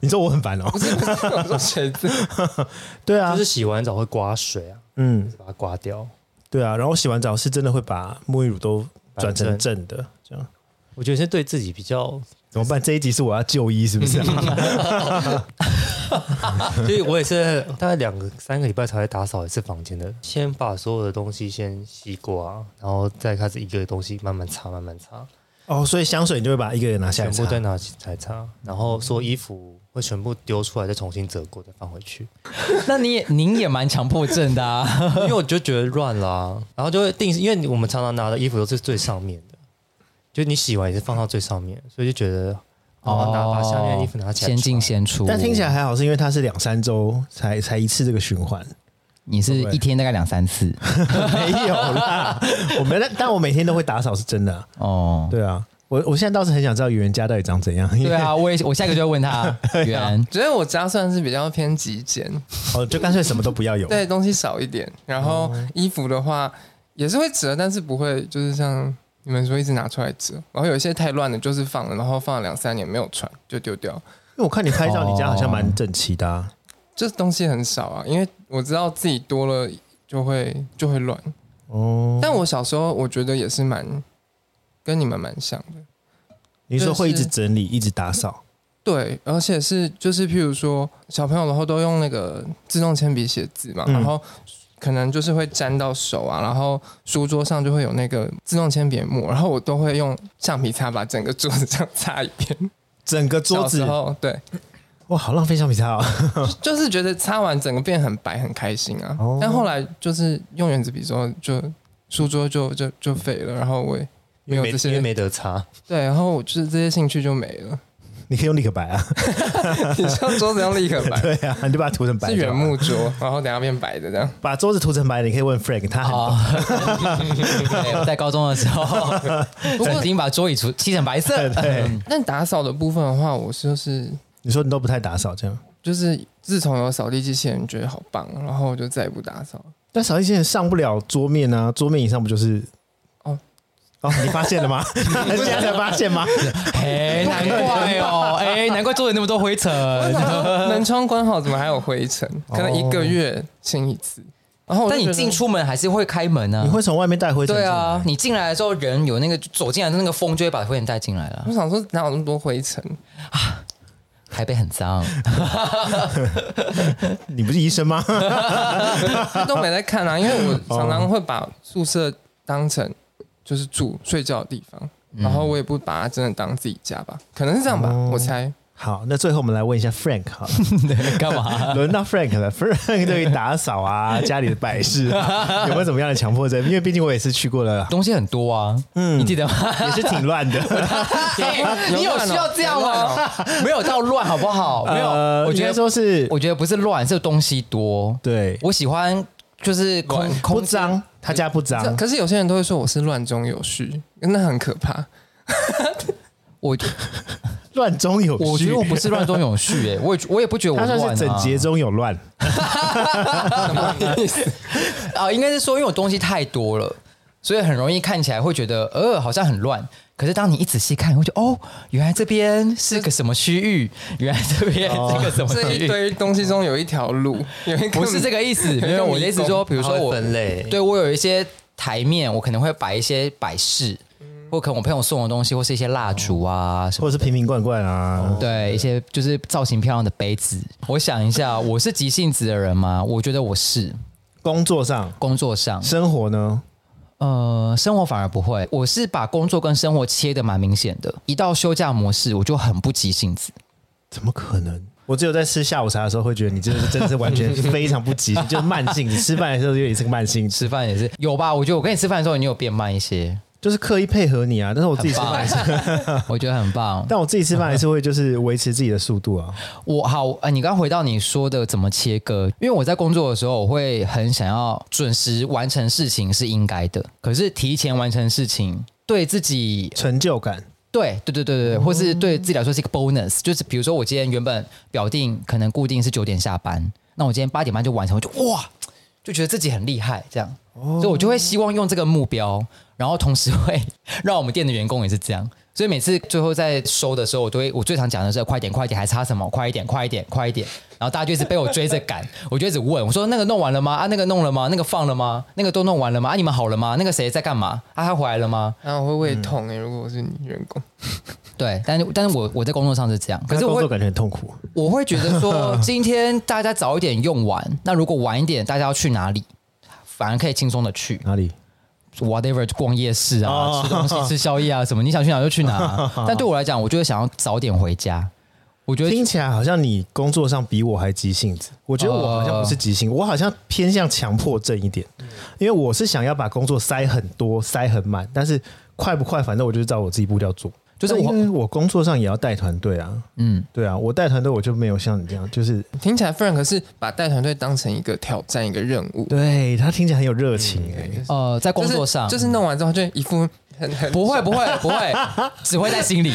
[SPEAKER 1] 你说我很烦哦，
[SPEAKER 3] 不是不是，我说鞋子，
[SPEAKER 1] 对啊
[SPEAKER 4] 就，是洗完澡会刮水啊，
[SPEAKER 1] 嗯，
[SPEAKER 4] 把它刮掉。
[SPEAKER 1] 对啊。然后我洗完澡是真的会把沐浴乳都转成
[SPEAKER 4] 摆
[SPEAKER 1] 正的，这样
[SPEAKER 4] 我觉得是对自己比较，
[SPEAKER 1] 怎么办？这一集是我要就医是不是啊？
[SPEAKER 4] [laughs] 所以我也是大概两个三个礼拜才会打扫一次房间的，先把所有的东西先洗过啊，然后再开始一个东西慢慢擦，慢慢擦。
[SPEAKER 1] 哦，所以香水你就会把一个人拿下来
[SPEAKER 4] 全
[SPEAKER 1] 擦
[SPEAKER 4] 部，再拿起来擦，然后所有衣服会全部丢出来，再重新折过，再放
[SPEAKER 2] [laughs]
[SPEAKER 4] 回去。
[SPEAKER 2] 那你也您也蛮强迫症的啊。
[SPEAKER 4] 因为我就觉得乱啦，然后就会定时，因为我们常常拿的衣服都是最上面的，就你洗完也是放到最上面，所以就觉得哦，拿把下面的衣服拿起来
[SPEAKER 2] 先
[SPEAKER 4] 穿，
[SPEAKER 2] 进先出。
[SPEAKER 1] 但听起来还好，是因为它是两三周才才一次这个循环， [laughs]
[SPEAKER 2] 你是一天大概两三次
[SPEAKER 1] 没有啦。我没，但但我每天都会打扫，是真的啊、
[SPEAKER 2] 哦。
[SPEAKER 1] [laughs] 对啊，我我现在倒是很想知道圆圆家到底长怎样。
[SPEAKER 2] 对，啊，我也我下一个就会问他
[SPEAKER 1] [laughs]
[SPEAKER 2] 圆。
[SPEAKER 3] 觉得我家算是比较偏极简，
[SPEAKER 1] 哦，就干脆什么都不要有。
[SPEAKER 3] 对，东西少一点。然后衣服的话也是会折，但是不会就是像你们说一直拿出来折。然后有一些太乱的，就是放了，然后放了两三年没有穿就丢掉。
[SPEAKER 1] 因为我看你拍照，你家好像蛮整齐的、啊。
[SPEAKER 3] 就是东西很少啊，因为我知道自己多了就会就会乱。
[SPEAKER 1] 哦，
[SPEAKER 3] 但我小时候我觉得也是蛮跟你们蛮像的，
[SPEAKER 1] 你是说会一直
[SPEAKER 3] 就是
[SPEAKER 1] 整理，一直打扫？
[SPEAKER 3] 对，而且是就是譬如说小朋友的话都用那个自动铅笔写字嘛，
[SPEAKER 1] 嗯
[SPEAKER 3] 然后可能就是会沾到手啊，然后书桌上就会有那个自动铅笔墨，然后我都会用橡皮擦把整个桌子这样擦一遍。
[SPEAKER 1] 整个桌
[SPEAKER 3] 小
[SPEAKER 1] 子
[SPEAKER 3] 时，候对，
[SPEAKER 1] 哇，好浪费橡皮擦哦。
[SPEAKER 3] 就是觉得擦完整个变很白很开心啊。
[SPEAKER 1] 哦
[SPEAKER 3] 但后来就是用原子笔之后就书桌就就就废了，然后我也没有
[SPEAKER 4] 因为
[SPEAKER 3] 这
[SPEAKER 4] 因为
[SPEAKER 3] 些
[SPEAKER 4] 没得擦，
[SPEAKER 3] 对，然后我就是这些兴趣就没了。
[SPEAKER 1] 你可以用立可白啊，
[SPEAKER 3] [laughs] 你像桌子用立可
[SPEAKER 1] [laughs]
[SPEAKER 3] 白，
[SPEAKER 1] 对啊，你就把它涂成白，
[SPEAKER 3] 是原，木桌， [laughs] 然后等下变白的这样。
[SPEAKER 1] 把桌子涂成白，你可以问 Frank，他很
[SPEAKER 2] 哦，对，我在高中的时
[SPEAKER 1] [laughs]
[SPEAKER 2] 候，曾经把桌椅涂漆成白色。
[SPEAKER 1] 对，
[SPEAKER 3] 但打扫的部分的话，我是就是
[SPEAKER 1] 你说你都不太打扫这样，
[SPEAKER 3] 就是自从有扫地机器人，觉得好棒，然后我就再也不打扫。
[SPEAKER 1] 但扫地机器人上不了桌面啊，桌面以上不就是？
[SPEAKER 3] 哦
[SPEAKER 1] 哦，你发现了
[SPEAKER 3] [laughs]
[SPEAKER 1] 吗？ [laughs] 现在才发现吗？
[SPEAKER 2] 哎，难怪哦，哎，难怪桌子那么多灰尘。
[SPEAKER 3] 门窗关好，怎么还有灰尘？可能一个月清一次。然后我就
[SPEAKER 2] 但你
[SPEAKER 3] 觉得
[SPEAKER 2] 进出门还是会开门啊
[SPEAKER 1] 你。会从外面带灰尘？
[SPEAKER 2] 对，啊，你进来的时候，人有那个走进来的那个风，就会把灰尘带进来了
[SPEAKER 3] 我。想说哪有那么多灰尘？
[SPEAKER 2] 台北很脏，
[SPEAKER 1] 你不是医生吗？ [laughs]
[SPEAKER 3] 都没在看啊，因为我常常会把宿舍当成就是住睡觉的地方，
[SPEAKER 2] 嗯
[SPEAKER 3] 然后我也不把它真的当自己家吧，可能是这样吧，我猜。
[SPEAKER 1] 好，那最后我们来问一下 Frank 好了。
[SPEAKER 2] 嗯干嘛？
[SPEAKER 1] [laughs] 轮到 Frank 了，Frank 对于打扫
[SPEAKER 2] [laughs]
[SPEAKER 1] 啊、家里的摆饰、啊、有没有怎么样的强迫症？因为毕竟我也是去过了，
[SPEAKER 2] 东西很多啊，
[SPEAKER 1] 嗯
[SPEAKER 2] 你记得吗？
[SPEAKER 1] 也是挺乱的。
[SPEAKER 2] 哎
[SPEAKER 3] 有
[SPEAKER 2] 你有
[SPEAKER 3] 乱
[SPEAKER 2] 需
[SPEAKER 3] 哦
[SPEAKER 2] 要这样
[SPEAKER 3] 有
[SPEAKER 2] 吗？没有到乱好不好？没有，
[SPEAKER 1] 呃
[SPEAKER 2] [laughs] 我觉
[SPEAKER 1] 应该
[SPEAKER 2] 得
[SPEAKER 1] 说是
[SPEAKER 2] 我觉得不是乱，是东西多。
[SPEAKER 1] 对，
[SPEAKER 2] 我喜欢就是空
[SPEAKER 3] 乱
[SPEAKER 1] 不
[SPEAKER 2] 空间
[SPEAKER 1] 脏，他家不
[SPEAKER 2] 啊
[SPEAKER 1] 脏
[SPEAKER 3] 这，可是有些人都会说我是乱中有序，那很可
[SPEAKER 2] [laughs]
[SPEAKER 3] 怕。
[SPEAKER 2] 我
[SPEAKER 1] 乱中有序。
[SPEAKER 2] 我觉得我不是乱中有序、欸，我也我也不觉得
[SPEAKER 1] [laughs]
[SPEAKER 2] 我
[SPEAKER 1] 他
[SPEAKER 2] 乱、啊，
[SPEAKER 1] 算是整洁中有乱，
[SPEAKER 2] [laughs] 啊、应该是说因为我东西太多了，所以很容易看起来会觉得呃好像很乱。可是当你一仔细看，会觉得哦，原来这边是个什么区域，原来这边是个什么
[SPEAKER 3] 这
[SPEAKER 2] 区
[SPEAKER 3] 一
[SPEAKER 2] 域，
[SPEAKER 3] 堆东西中有一
[SPEAKER 2] [laughs]
[SPEAKER 3] 条路，有一个
[SPEAKER 2] 不
[SPEAKER 3] [laughs]
[SPEAKER 2] 是这个意思。因为我的意思是说，比如说
[SPEAKER 4] 它会
[SPEAKER 2] 我
[SPEAKER 4] 分类，
[SPEAKER 2] 对我有一些台面，我可能会摆一些摆饰，或可能我朋友送的东西，或是一些蜡烛啊什么
[SPEAKER 1] 或者是瓶瓶罐罐啊。
[SPEAKER 2] 对，一些就是造型漂亮的杯子。我想一下，我是急性子的人吗？我觉得我是。
[SPEAKER 1] 工作上、
[SPEAKER 2] 工作上，
[SPEAKER 1] 生活呢，
[SPEAKER 2] 呃，生活反而不会。我是把工作跟生活切的蛮明显的。一到休假模式，我就很不急性子。
[SPEAKER 1] 怎么可能？我只有在吃下午茶的时候会觉得你真的是真的是完
[SPEAKER 2] [laughs]
[SPEAKER 1] 全非常不急，就是慢性。你吃饭的时候就也是个慢性，
[SPEAKER 2] 吃饭也是有吧？我觉得我跟你吃饭的时候，你有变慢一些，
[SPEAKER 1] 就是刻意配合你啊。但是我自己吃
[SPEAKER 2] 棒
[SPEAKER 1] 饭，
[SPEAKER 2] [laughs] 我觉得很棒。
[SPEAKER 1] 但我自己吃饭还是会就是维持自己的速度
[SPEAKER 2] [laughs]
[SPEAKER 1] 啊。
[SPEAKER 2] 我好，呃，你刚回到你说的怎么切割，因为我在工作的时候，我会很想要准时完成事情是应该的，可是提前完成事情对自己
[SPEAKER 1] 成就感，
[SPEAKER 2] 对对对对对，或是对自己来说是一个 bonus，就是比如说我今天原本表定可能固定是九点下班，那我今天八点半就完成，我就哇，就觉得自己很厉害这样，所以我就会希望用这个目标，然后同时会 [laughs] 让我们店的员工也是这样，所以每次最后在收的时候，我都会我最常讲的是快点快点，还差什么？快一点快一点快一点，然后大家就一直被我追着赶， [laughs] 我就一直问我说那个弄完了吗？啊那个弄了吗？那个放了吗？那个都弄完了吗？啊你们好了吗？那个谁在干嘛？啊他回来了吗？
[SPEAKER 3] 然后我会胃痛哎、
[SPEAKER 2] 嗯
[SPEAKER 3] 如果我是你员工，
[SPEAKER 2] 对，但是但是我我在工作上是这样，可是
[SPEAKER 1] 工
[SPEAKER 2] 我
[SPEAKER 1] 作
[SPEAKER 2] 会
[SPEAKER 1] 感觉很痛苦。
[SPEAKER 2] 我会觉得
[SPEAKER 3] [laughs]
[SPEAKER 2] 说，今天大家早一点用完，那如果晚一点，大家要去哪里？反而可以轻松的去
[SPEAKER 1] 哪里？
[SPEAKER 2] ，whatever，逛夜市啊，
[SPEAKER 1] 哦
[SPEAKER 2] 吃东西、吃宵夜啊，什么你想去哪就去哪啊、
[SPEAKER 3] [laughs]
[SPEAKER 2] 但对我来讲，我就会想要早点回家。我觉得
[SPEAKER 1] 听起来好像你工作上比我还急性子。我觉得我好像不是急
[SPEAKER 2] 哦
[SPEAKER 1] 性，我好像偏向强迫症一点，因为我是想要把工作塞很多、塞很满，但是快不快，反正我就是照我自己步调做。
[SPEAKER 2] 就是
[SPEAKER 1] 但
[SPEAKER 2] 我
[SPEAKER 1] 因为我工作上也要带团队啊，
[SPEAKER 2] 嗯，
[SPEAKER 1] 对啊，我带团队我就没有像你这样，就是
[SPEAKER 3] 听起来 Frank 是把带团队当成一个挑战，一个任务。
[SPEAKER 1] 对哎他听起来很有热情哎、
[SPEAKER 2] 呃，在工作上。
[SPEAKER 3] 就是、就是弄完之后就一副很
[SPEAKER 2] [laughs]
[SPEAKER 3] 很
[SPEAKER 2] 不会不会不
[SPEAKER 3] [laughs]
[SPEAKER 2] 会，只会在心里，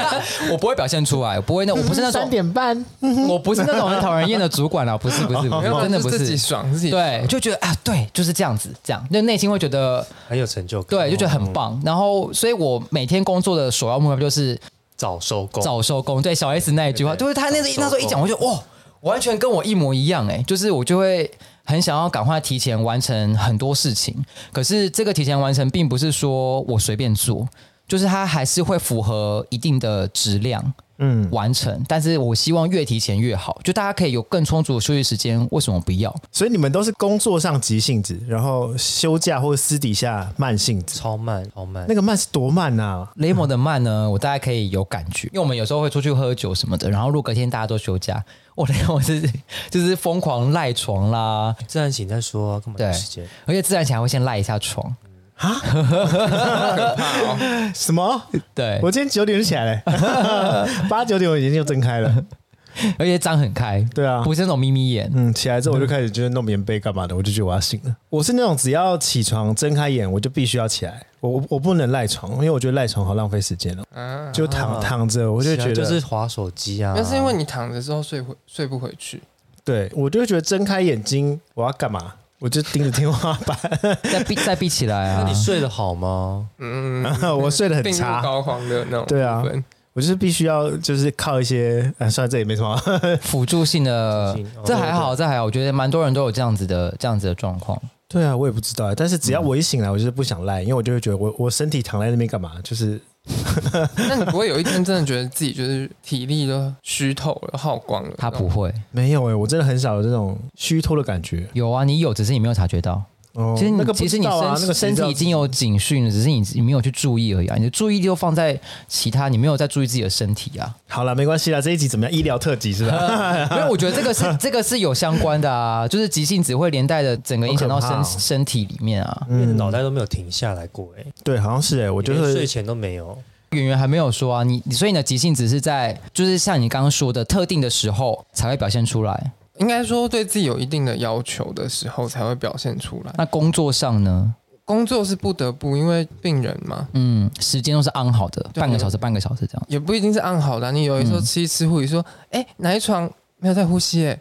[SPEAKER 2] [laughs] 我不会表现出来，我不会那我不是那种
[SPEAKER 1] 三点半，
[SPEAKER 2] 我不是那种很讨人厌的主管啦，不是不是不
[SPEAKER 3] 没
[SPEAKER 2] 是，
[SPEAKER 3] 有
[SPEAKER 2] 真的
[SPEAKER 3] 哦就
[SPEAKER 2] 不
[SPEAKER 3] 自己
[SPEAKER 2] 是，
[SPEAKER 3] 爽自己
[SPEAKER 2] 对，就觉得啊，对，就是这样子，这样，那内心会觉得
[SPEAKER 4] 很有成就感，
[SPEAKER 2] 对，就觉得很棒。然后，所以我每天工作的首要目标就是
[SPEAKER 4] 早收工，
[SPEAKER 2] 早收工。对，小 S 那一句话，就是他那
[SPEAKER 4] 早收
[SPEAKER 2] 那时候一讲，我就哇，完全跟我一模一样哎、就是我就会很想要赶快提前完成很多事情。可是这个提前完成，并不是说我随便做，就是它还是会符合一定的质量。
[SPEAKER 1] 嗯，
[SPEAKER 2] 完成，但是我希望越提前越好，就大家可以有更充足的休息时间，为什么不要？
[SPEAKER 1] 所以你们都是工作上急性子，然后休假或者私底下慢性子，
[SPEAKER 4] 超慢超慢
[SPEAKER 1] 那。个慢是多慢啊？
[SPEAKER 2] 雷蒙的慢呢，我大概可以有感觉，因为我们有时候会出去喝酒什么的，然后如果隔天大家都休假， [laughs] 我雷蒙是就是疯狂赖床啦，
[SPEAKER 4] 自然醒再说啊，根本
[SPEAKER 2] 对
[SPEAKER 4] 没时间。
[SPEAKER 2] 而且自然起来会先赖一下床，
[SPEAKER 1] 什么？
[SPEAKER 2] 对，
[SPEAKER 1] 我今天九点就起来 [laughs] 了，八九点我眼睛就睁开了。
[SPEAKER 2] 而且张很开，
[SPEAKER 1] 对啊
[SPEAKER 2] 不是那种眯眯
[SPEAKER 1] [laughs]
[SPEAKER 2] 眼。
[SPEAKER 1] 嗯，起来之后我就开始就是弄棉被干嘛的，我就觉得我要醒了。我是那种只要起床睁开眼我就必须要起来，我我我不能赖床，因为我觉得赖床好浪费时间了。
[SPEAKER 3] 啊，
[SPEAKER 1] 就躺
[SPEAKER 4] 啊
[SPEAKER 1] 躺着，我就觉得
[SPEAKER 4] 就是划手机啊，
[SPEAKER 3] 那是因为你躺着之后睡回睡不回去，
[SPEAKER 1] 对我就会觉得睁开眼睛我要干嘛，我就盯着天花板。
[SPEAKER 2] 再闭再闭起来
[SPEAKER 4] 那
[SPEAKER 2] 啊
[SPEAKER 4] 你！睡得好吗？
[SPEAKER 3] 嗯，
[SPEAKER 1] [laughs] 我睡得很
[SPEAKER 3] 病入
[SPEAKER 1] 差，
[SPEAKER 3] 膏肓的那种
[SPEAKER 1] 对啊
[SPEAKER 3] 部分
[SPEAKER 1] 我就是必须要就是靠一些，哎，算了，这也没什么。
[SPEAKER 2] 辅助性的
[SPEAKER 4] 辅助性哦
[SPEAKER 2] 这还好，这还好，我觉得蛮多人都有这样子的这样子的状况。
[SPEAKER 1] 对啊，我也不知道，但是
[SPEAKER 2] 嗯
[SPEAKER 1] 只要我一醒来，我就是不想赖，因为我就会觉得我我身体躺在那边干嘛，就是
[SPEAKER 3] [laughs] 那你不会有一天真的觉得自己就是体力都虚透了、耗光了？
[SPEAKER 2] 他不会
[SPEAKER 1] 没有哎、我真的很少有这种虚脱的感觉。
[SPEAKER 2] 有啊，你有，只是你没有察觉到。
[SPEAKER 1] 哦，
[SPEAKER 2] 其实你、
[SPEAKER 1] 那个不
[SPEAKER 2] 其实
[SPEAKER 1] 知
[SPEAKER 2] 你身、
[SPEAKER 1] 道啊，那个谁
[SPEAKER 2] 身
[SPEAKER 1] 知道
[SPEAKER 2] 体已经有警讯了，只是你你没有去注意而已啊。你的注意力都放在其他，你没有在注意自己的身体啊。
[SPEAKER 1] 好了，没关系啦，这一集怎么样？医疗特辑是
[SPEAKER 2] [laughs]
[SPEAKER 1] 吧？
[SPEAKER 2] 因为我觉得这个是这个是有相关的啊，就是急性子会连带的整个影响到身、
[SPEAKER 1] 好可怕哦
[SPEAKER 2] 身体里面啊。
[SPEAKER 1] 嗯
[SPEAKER 4] 因为你脑袋都没有停下来过，哎，
[SPEAKER 1] 对，好像是哎、我
[SPEAKER 4] 我
[SPEAKER 1] 就
[SPEAKER 4] 睡
[SPEAKER 1] 是
[SPEAKER 4] 前都没有。
[SPEAKER 2] 演员还没有说啊，你你所以你的急性子是在就是像你刚刚说的特定的时候才会表现出来。
[SPEAKER 3] 应该说对自己有一定的要求的时候才会表现出来。
[SPEAKER 2] 那工作上呢？
[SPEAKER 3] 工作是不得不，因为病人嘛，
[SPEAKER 2] 嗯，时间都是安好的，
[SPEAKER 3] 对
[SPEAKER 2] 半个小时半个小时这样。
[SPEAKER 3] [laughs] 也不一定是按好的啊、你有的时候
[SPEAKER 2] 嗯
[SPEAKER 3] 吃一吃护理说，哎、哪一床没有在呼吸、哎，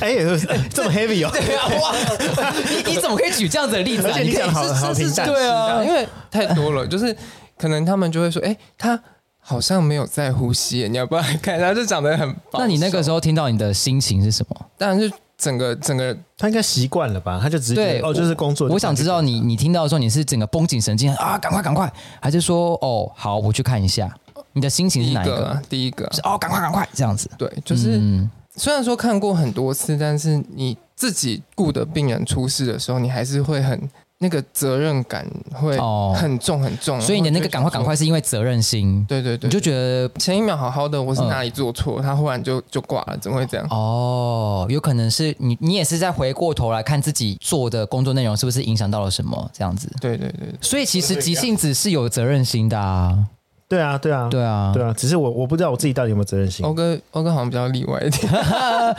[SPEAKER 1] 哎、
[SPEAKER 2] [laughs]
[SPEAKER 1] 这么 heavy 哦、
[SPEAKER 2] 对啊，哇，你你怎么可以举这样子的例子
[SPEAKER 1] 而
[SPEAKER 2] 啊？
[SPEAKER 1] 且你
[SPEAKER 2] 可以
[SPEAKER 1] 讲得好
[SPEAKER 2] 是
[SPEAKER 1] 好
[SPEAKER 2] 是
[SPEAKER 1] 平
[SPEAKER 2] 是
[SPEAKER 1] 淡
[SPEAKER 2] 对啊，
[SPEAKER 3] 因为太多了，就是可能他们就会说，哎、他好像没有在呼吸、哎你要不要来看？他就长得很保守，
[SPEAKER 2] 那你那个时候听到你的心情是什么？
[SPEAKER 3] 当然是整个整个
[SPEAKER 1] 他应该习惯了吧？他就直接
[SPEAKER 2] 对
[SPEAKER 1] 哦，就是工作。
[SPEAKER 2] 我想知道你你听到的时候，你是整个绷紧神经啊，赶快赶快，还是说哦好，我去看一下？你的心情
[SPEAKER 3] 第
[SPEAKER 2] 是
[SPEAKER 3] 一
[SPEAKER 2] 哪一
[SPEAKER 3] 个
[SPEAKER 2] 个？
[SPEAKER 3] 啊，第一个啊、
[SPEAKER 2] 是哦，赶快赶快这样子，
[SPEAKER 3] 对，就是。
[SPEAKER 2] 嗯
[SPEAKER 3] 虽然说看过很多次，但是你自己顾的病人出事的时候，你还是会很那个责任感会
[SPEAKER 2] 哦
[SPEAKER 3] 很重很
[SPEAKER 1] 嗯
[SPEAKER 3] 重。
[SPEAKER 2] 所以你的那个
[SPEAKER 3] 然
[SPEAKER 2] 赶
[SPEAKER 3] 后
[SPEAKER 2] 快
[SPEAKER 3] 就
[SPEAKER 2] 赶快是因为责任心，
[SPEAKER 3] 觉得，对对对，
[SPEAKER 2] 你就觉得
[SPEAKER 3] 得前一秒好好的，我是
[SPEAKER 2] 嗯
[SPEAKER 3] 哪里做错，他忽然就就挂了，怎么会这样？
[SPEAKER 2] 哦，有可能是你你也是在回过头来看自己做的工作内容是不是影响到了什么这样子。
[SPEAKER 3] 对对对，
[SPEAKER 2] 所以其实急性子是有责任心的啊，
[SPEAKER 1] 对啊，对啊，
[SPEAKER 2] 对啊，哦
[SPEAKER 1] 对啊，只是我我不知道我自己到底有没有责任心
[SPEAKER 3] 欧。哥欧哥好像比较例外一点，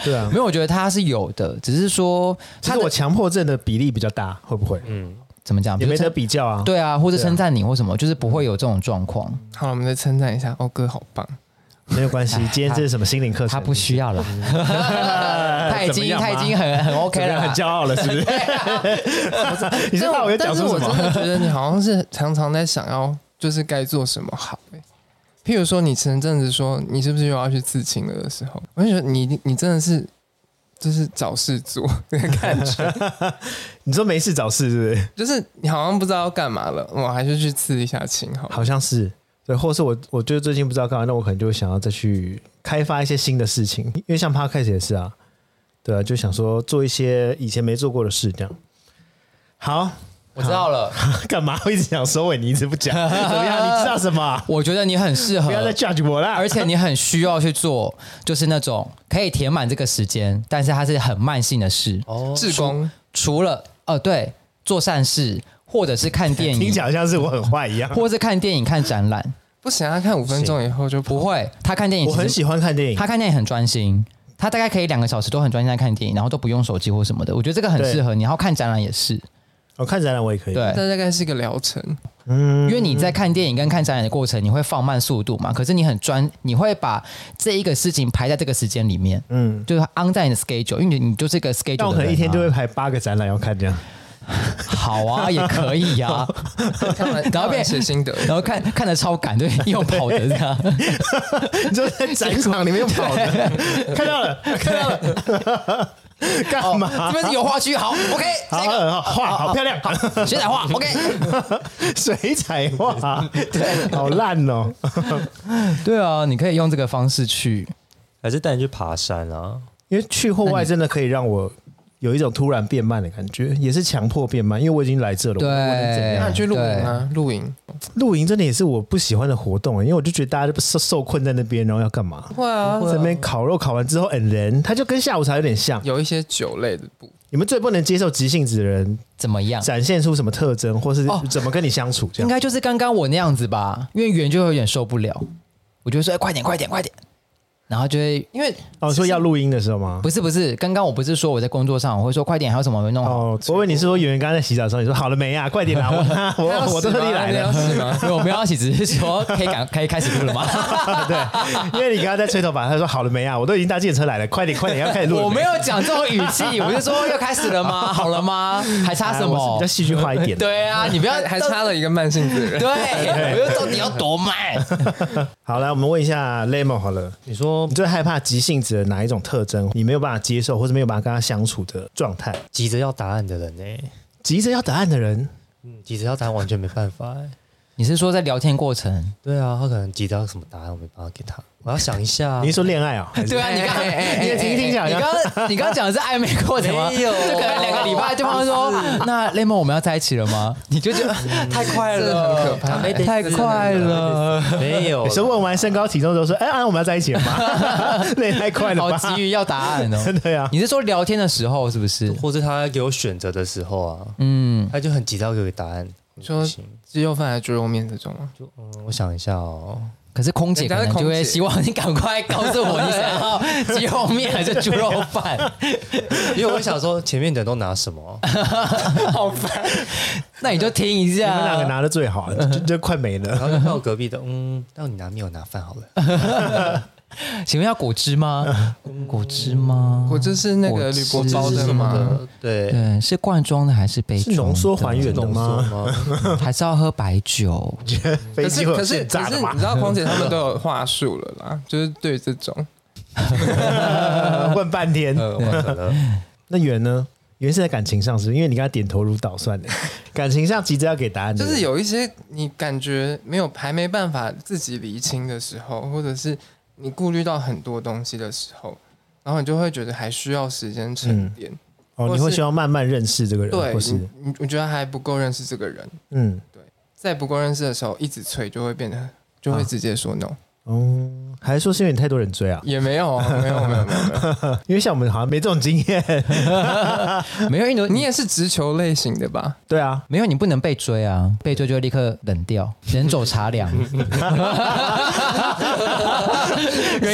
[SPEAKER 1] 对啊，
[SPEAKER 2] 没有，我觉得他是有的，只是说
[SPEAKER 1] 其
[SPEAKER 2] 他
[SPEAKER 1] 实
[SPEAKER 2] 的
[SPEAKER 1] 我强迫症的比例比较大，会不会
[SPEAKER 4] 嗯，
[SPEAKER 2] 怎么讲，
[SPEAKER 1] 也没
[SPEAKER 2] 比如
[SPEAKER 1] 得
[SPEAKER 2] 称
[SPEAKER 1] 比较啊？
[SPEAKER 2] 对啊，或者
[SPEAKER 1] 对啊
[SPEAKER 2] 称赞你或什么，就是不会有这种状况。
[SPEAKER 3] 好，我们再称赞一下欧哥，好棒。
[SPEAKER 1] 没有
[SPEAKER 2] [laughs]
[SPEAKER 1] 关系。今天这是什么心灵课程？
[SPEAKER 2] 他不需要了，他
[SPEAKER 1] [laughs]
[SPEAKER 2] 已
[SPEAKER 1] 怎么
[SPEAKER 2] 经
[SPEAKER 1] 样吗
[SPEAKER 2] 他已经很很 OK
[SPEAKER 1] 怎么
[SPEAKER 2] 了啊
[SPEAKER 1] 样
[SPEAKER 2] 啦，
[SPEAKER 1] 很骄傲了，是不是？ [laughs] 你知
[SPEAKER 3] 但
[SPEAKER 1] 道我要讲
[SPEAKER 3] 但是
[SPEAKER 1] 出
[SPEAKER 3] 我
[SPEAKER 1] 什
[SPEAKER 3] 真
[SPEAKER 1] 么？
[SPEAKER 3] 的觉得你好像是常常在想要，就是该做什么好、欸。譬如说，你前阵子说你是不是又要去刺青了的时候，我就觉得你一定你真的是就是找事做的感觉，
[SPEAKER 1] 你说没事找事是不是？
[SPEAKER 3] 就是你好像不知道要干嘛了，我还是去刺一下青好了。
[SPEAKER 1] 好像是。对，或是我，我就最近不知道干嘛，那我可能就会想要再去开发一些新的事情，因为像 podcast 也是啊，对啊，就想说做一些以前没做过的事，这样。好， [laughs]
[SPEAKER 2] 我知道了，
[SPEAKER 1] 干嘛？我一直想收尾，你一直不讲，怎么样？你知道什么
[SPEAKER 2] [laughs]
[SPEAKER 1] 啊？
[SPEAKER 2] 我觉得你很适合
[SPEAKER 1] 不，要再 judge 我 [laughs] 啦！
[SPEAKER 2] 而且你很需要去做，就是那种可以填满这个时间，但是它是很慢性的事，
[SPEAKER 4] 哦，
[SPEAKER 3] 志工
[SPEAKER 2] 除了呃对做善事，或者是看
[SPEAKER 1] [laughs]
[SPEAKER 2] 电
[SPEAKER 1] 听
[SPEAKER 2] 影
[SPEAKER 1] 起，来好像是我很坏一样。
[SPEAKER 2] 或者是看电影看展览，
[SPEAKER 3] 不行，他看五分钟以后就
[SPEAKER 2] 不
[SPEAKER 3] 不
[SPEAKER 2] 会，他看电影
[SPEAKER 1] 我很
[SPEAKER 2] 其实
[SPEAKER 1] 喜欢看电影
[SPEAKER 2] 他，看电影很专心。他大概可以两个小时都很专心在看电影，然后都不用手机或什么的，我觉得这个很
[SPEAKER 1] 对
[SPEAKER 2] 适合你。然后看展览也是，
[SPEAKER 1] 我哦看展览我也可以。
[SPEAKER 2] 对，
[SPEAKER 3] 这大概是一个疗程，
[SPEAKER 1] 嗯
[SPEAKER 2] 因为你在看电影跟看展览的过程，你会放慢速度嘛，可是你很专，你会把这一个事情排在这个时间里面，
[SPEAKER 1] 嗯，
[SPEAKER 2] 就是 on 在你的 schedule，因为你你就是个 schedule 的人啊、
[SPEAKER 1] 但我可能一天就会排八个展览要看
[SPEAKER 2] [laughs]
[SPEAKER 1] 这样。
[SPEAKER 2] 好啊，也可以呀、
[SPEAKER 3] 看完
[SPEAKER 2] 然后变
[SPEAKER 3] 看完写心得，
[SPEAKER 2] 然后看看的超赶，对，又跑的这样，
[SPEAKER 1] 你就在展场里面跑的，看到了，看到了， [laughs] 干嘛？
[SPEAKER 2] 这边是有画区，好，OK，
[SPEAKER 1] 好，
[SPEAKER 2] 这哦个
[SPEAKER 1] 好画好漂亮，
[SPEAKER 2] 好，水彩画，OK，
[SPEAKER 1] [laughs] 水彩画，对，好烂哦。
[SPEAKER 2] 对啊，你可以用这个方式去，
[SPEAKER 4] 还是带你去爬山啊？
[SPEAKER 1] 因为去户外真的可以让我有一种突然变慢的感觉，也是强迫变慢，因为我已经来这了，我
[SPEAKER 2] 对
[SPEAKER 1] 我能怎
[SPEAKER 3] 那
[SPEAKER 1] 样
[SPEAKER 3] 你去露营啊，露营
[SPEAKER 1] 露营真的也是我不喜欢的活动、欸因为我就觉得大家都受受困在那边，然后要干嘛？
[SPEAKER 3] 会啊，
[SPEAKER 1] 在那边烤肉，烤完之后 and then 它就跟下午茶有点像。
[SPEAKER 3] 有一些酒类的部
[SPEAKER 1] 你们最不能接受急性子的人
[SPEAKER 2] 怎么样？
[SPEAKER 1] 展现出什么特征，或是
[SPEAKER 2] 哦
[SPEAKER 1] 怎么跟你相处这
[SPEAKER 2] 应
[SPEAKER 1] 样？
[SPEAKER 2] 该就是刚刚我那样子吧，因为圆就会有点受不了，我就会说、哎快点快点快点，然后就会因为
[SPEAKER 1] 哦，说要录音的时候吗？
[SPEAKER 2] 不是不是，刚刚我不是说我在工作上，我会说快点，还有什么没弄好？
[SPEAKER 1] 哦，我问你是说演员刚刚在洗澡的时候，你说好了没啊？快点
[SPEAKER 2] [laughs]
[SPEAKER 1] 啦，我
[SPEAKER 3] 他要
[SPEAKER 1] 我
[SPEAKER 3] 死
[SPEAKER 1] 我都特地
[SPEAKER 3] 吗
[SPEAKER 1] 来
[SPEAKER 3] 他要
[SPEAKER 1] 了，
[SPEAKER 3] 死吗？
[SPEAKER 2] 没有，我们要一起只是说可以赶可以开始录了吗？
[SPEAKER 1] 因为你刚刚在吹头发，他说好了没啊？我都已经搭计程车来了，快点快点要开始录了。
[SPEAKER 2] [laughs] 我没有讲这种语气，我就说要开始了 [laughs] 吗？好了吗？还差
[SPEAKER 1] 啊
[SPEAKER 2] 什
[SPEAKER 1] 我是
[SPEAKER 2] 么
[SPEAKER 1] 比较？戏剧化一点。
[SPEAKER 2] 对啊， [laughs] 你不要
[SPEAKER 3] 还还差了一个慢性子的人
[SPEAKER 2] [laughs] 对，，我就到底要多慢？
[SPEAKER 1] 好，来我们问一下 Lemo 好了，
[SPEAKER 4] 你说
[SPEAKER 1] 你最害怕急性子的哪一种特征？你没有办法接受，或者没有办法跟他相处的状态？
[SPEAKER 4] 急着要答案的人呢、欸
[SPEAKER 1] 急着要答案的人，
[SPEAKER 4] 嗯，急着要答案完全没办法、欸。
[SPEAKER 2] [laughs] 你是说在聊天过程？
[SPEAKER 4] 对啊，他可能急着要什么答案，我没办法给他。我要想一
[SPEAKER 1] [laughs]
[SPEAKER 4] 下、
[SPEAKER 1] 你是说恋爱啊？还是
[SPEAKER 2] [laughs] 对啊，你刚
[SPEAKER 3] 哎哎哎
[SPEAKER 1] 哎
[SPEAKER 2] 你
[SPEAKER 1] 听听讲
[SPEAKER 2] 你刚刚你刚刚讲的是暧昧过程吗？
[SPEAKER 4] 没
[SPEAKER 3] [laughs]
[SPEAKER 4] 有
[SPEAKER 2] 就可能两个礼拜，对方 [laughs] 说那 Lemon 我们要在一起了吗？你就觉得太快
[SPEAKER 3] 这
[SPEAKER 2] 了，
[SPEAKER 3] 很可怕。
[SPEAKER 2] 太快了，
[SPEAKER 4] [laughs] 没有
[SPEAKER 1] 有时候问完身高体重之后说：“哎、啊，我们要在一起了吗？”
[SPEAKER 2] [laughs]
[SPEAKER 1] 那也太快了
[SPEAKER 2] 好
[SPEAKER 1] 吧！
[SPEAKER 2] 急于要答案
[SPEAKER 1] [laughs]
[SPEAKER 2] 哦。[laughs]
[SPEAKER 1] 真的呀、
[SPEAKER 2] 你是说聊天的时候是不是？
[SPEAKER 4] 或者他给我选择的时候啊，
[SPEAKER 2] 嗯，
[SPEAKER 4] 他就很急着要给我答案。
[SPEAKER 3] 说
[SPEAKER 4] 不行，
[SPEAKER 3] 鸡肉饭还是猪肉面这种吗？
[SPEAKER 4] 就嗯，我想一下哦，
[SPEAKER 2] 可是空姐可能就
[SPEAKER 3] 人家
[SPEAKER 2] 会
[SPEAKER 3] 是空姐
[SPEAKER 2] 希望你赶快告诉我你想要鸡肉面还是猪肉饭。
[SPEAKER 3] [laughs]
[SPEAKER 4] 因为我想说前面的人都拿什么，
[SPEAKER 2] 那你就听一
[SPEAKER 1] 你们两个
[SPEAKER 2] 下。
[SPEAKER 1] 拿的最好，就就快没
[SPEAKER 2] [laughs]
[SPEAKER 1] 了。
[SPEAKER 4] 然后就看我隔壁的，嗯，那你拿面我拿饭好 [laughs] 了。
[SPEAKER 2] 请问要果汁吗？果汁吗？
[SPEAKER 3] 我这嗯是那
[SPEAKER 2] 果
[SPEAKER 3] 个
[SPEAKER 2] 汁
[SPEAKER 3] 铝箔包
[SPEAKER 4] 是
[SPEAKER 3] 的
[SPEAKER 4] 什么
[SPEAKER 3] 吗？
[SPEAKER 4] 的？哦对，
[SPEAKER 2] 对，是罐装的还是杯
[SPEAKER 1] 是
[SPEAKER 2] 装的？
[SPEAKER 1] 浓缩还原的
[SPEAKER 4] 浓缩
[SPEAKER 1] 吗？
[SPEAKER 4] 吗？
[SPEAKER 2] 还是要喝白酒？
[SPEAKER 1] 飞
[SPEAKER 3] 可
[SPEAKER 1] 机
[SPEAKER 3] 是
[SPEAKER 1] 会有
[SPEAKER 3] 可是
[SPEAKER 1] 现
[SPEAKER 3] 可
[SPEAKER 1] 炸
[SPEAKER 3] 是
[SPEAKER 1] 的
[SPEAKER 3] 你
[SPEAKER 1] 吗
[SPEAKER 3] 知？道空姐他们都有话术了啦，就是对这种
[SPEAKER 1] 问半天，
[SPEAKER 4] [laughs]
[SPEAKER 2] 嗯
[SPEAKER 4] 呃，我可乐。
[SPEAKER 1] 那圆呢？圆是在感情上是不是因为你跟他点头如捣蒜的，感情上急着要给答案的
[SPEAKER 3] 就
[SPEAKER 1] 人，
[SPEAKER 3] 是有一些你感觉没有还没办法自己厘清的时候，或者是你顾虑到很多东西的时候，然后你就会觉得还需要时间沉淀。
[SPEAKER 1] 哦，你会希望慢慢认识这个人，
[SPEAKER 3] 嗯对
[SPEAKER 1] 或，是
[SPEAKER 3] 你你我觉得还不够认识这个人，
[SPEAKER 1] 嗯
[SPEAKER 3] 在不够认识的时候一直催，就会变得就会直接说 no，、
[SPEAKER 1] 哦，还是说是因为你太多人追啊？
[SPEAKER 3] 也没有没有没有没有没 [laughs] 有，
[SPEAKER 1] 因为像我们好像没这种经验，
[SPEAKER 2] 没有，因为
[SPEAKER 3] 你
[SPEAKER 2] 你
[SPEAKER 3] 也是直球类型的吧？
[SPEAKER 1] 对啊，
[SPEAKER 2] 没有，你不能被追啊！被追就会立刻冷掉，人走茶凉。人 也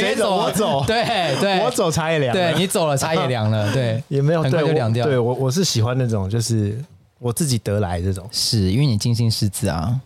[SPEAKER 1] [laughs] 谁走我走
[SPEAKER 2] [laughs] 对对，
[SPEAKER 1] 我，走茶也凉，
[SPEAKER 2] 对你走了茶也
[SPEAKER 1] [laughs]
[SPEAKER 2] 凉了，对，
[SPEAKER 1] 也没有
[SPEAKER 2] 很快
[SPEAKER 1] 对我
[SPEAKER 2] 就凉掉
[SPEAKER 1] 对我我是喜欢那种就是我自己得来这种，
[SPEAKER 2] 是因为你精心识字啊，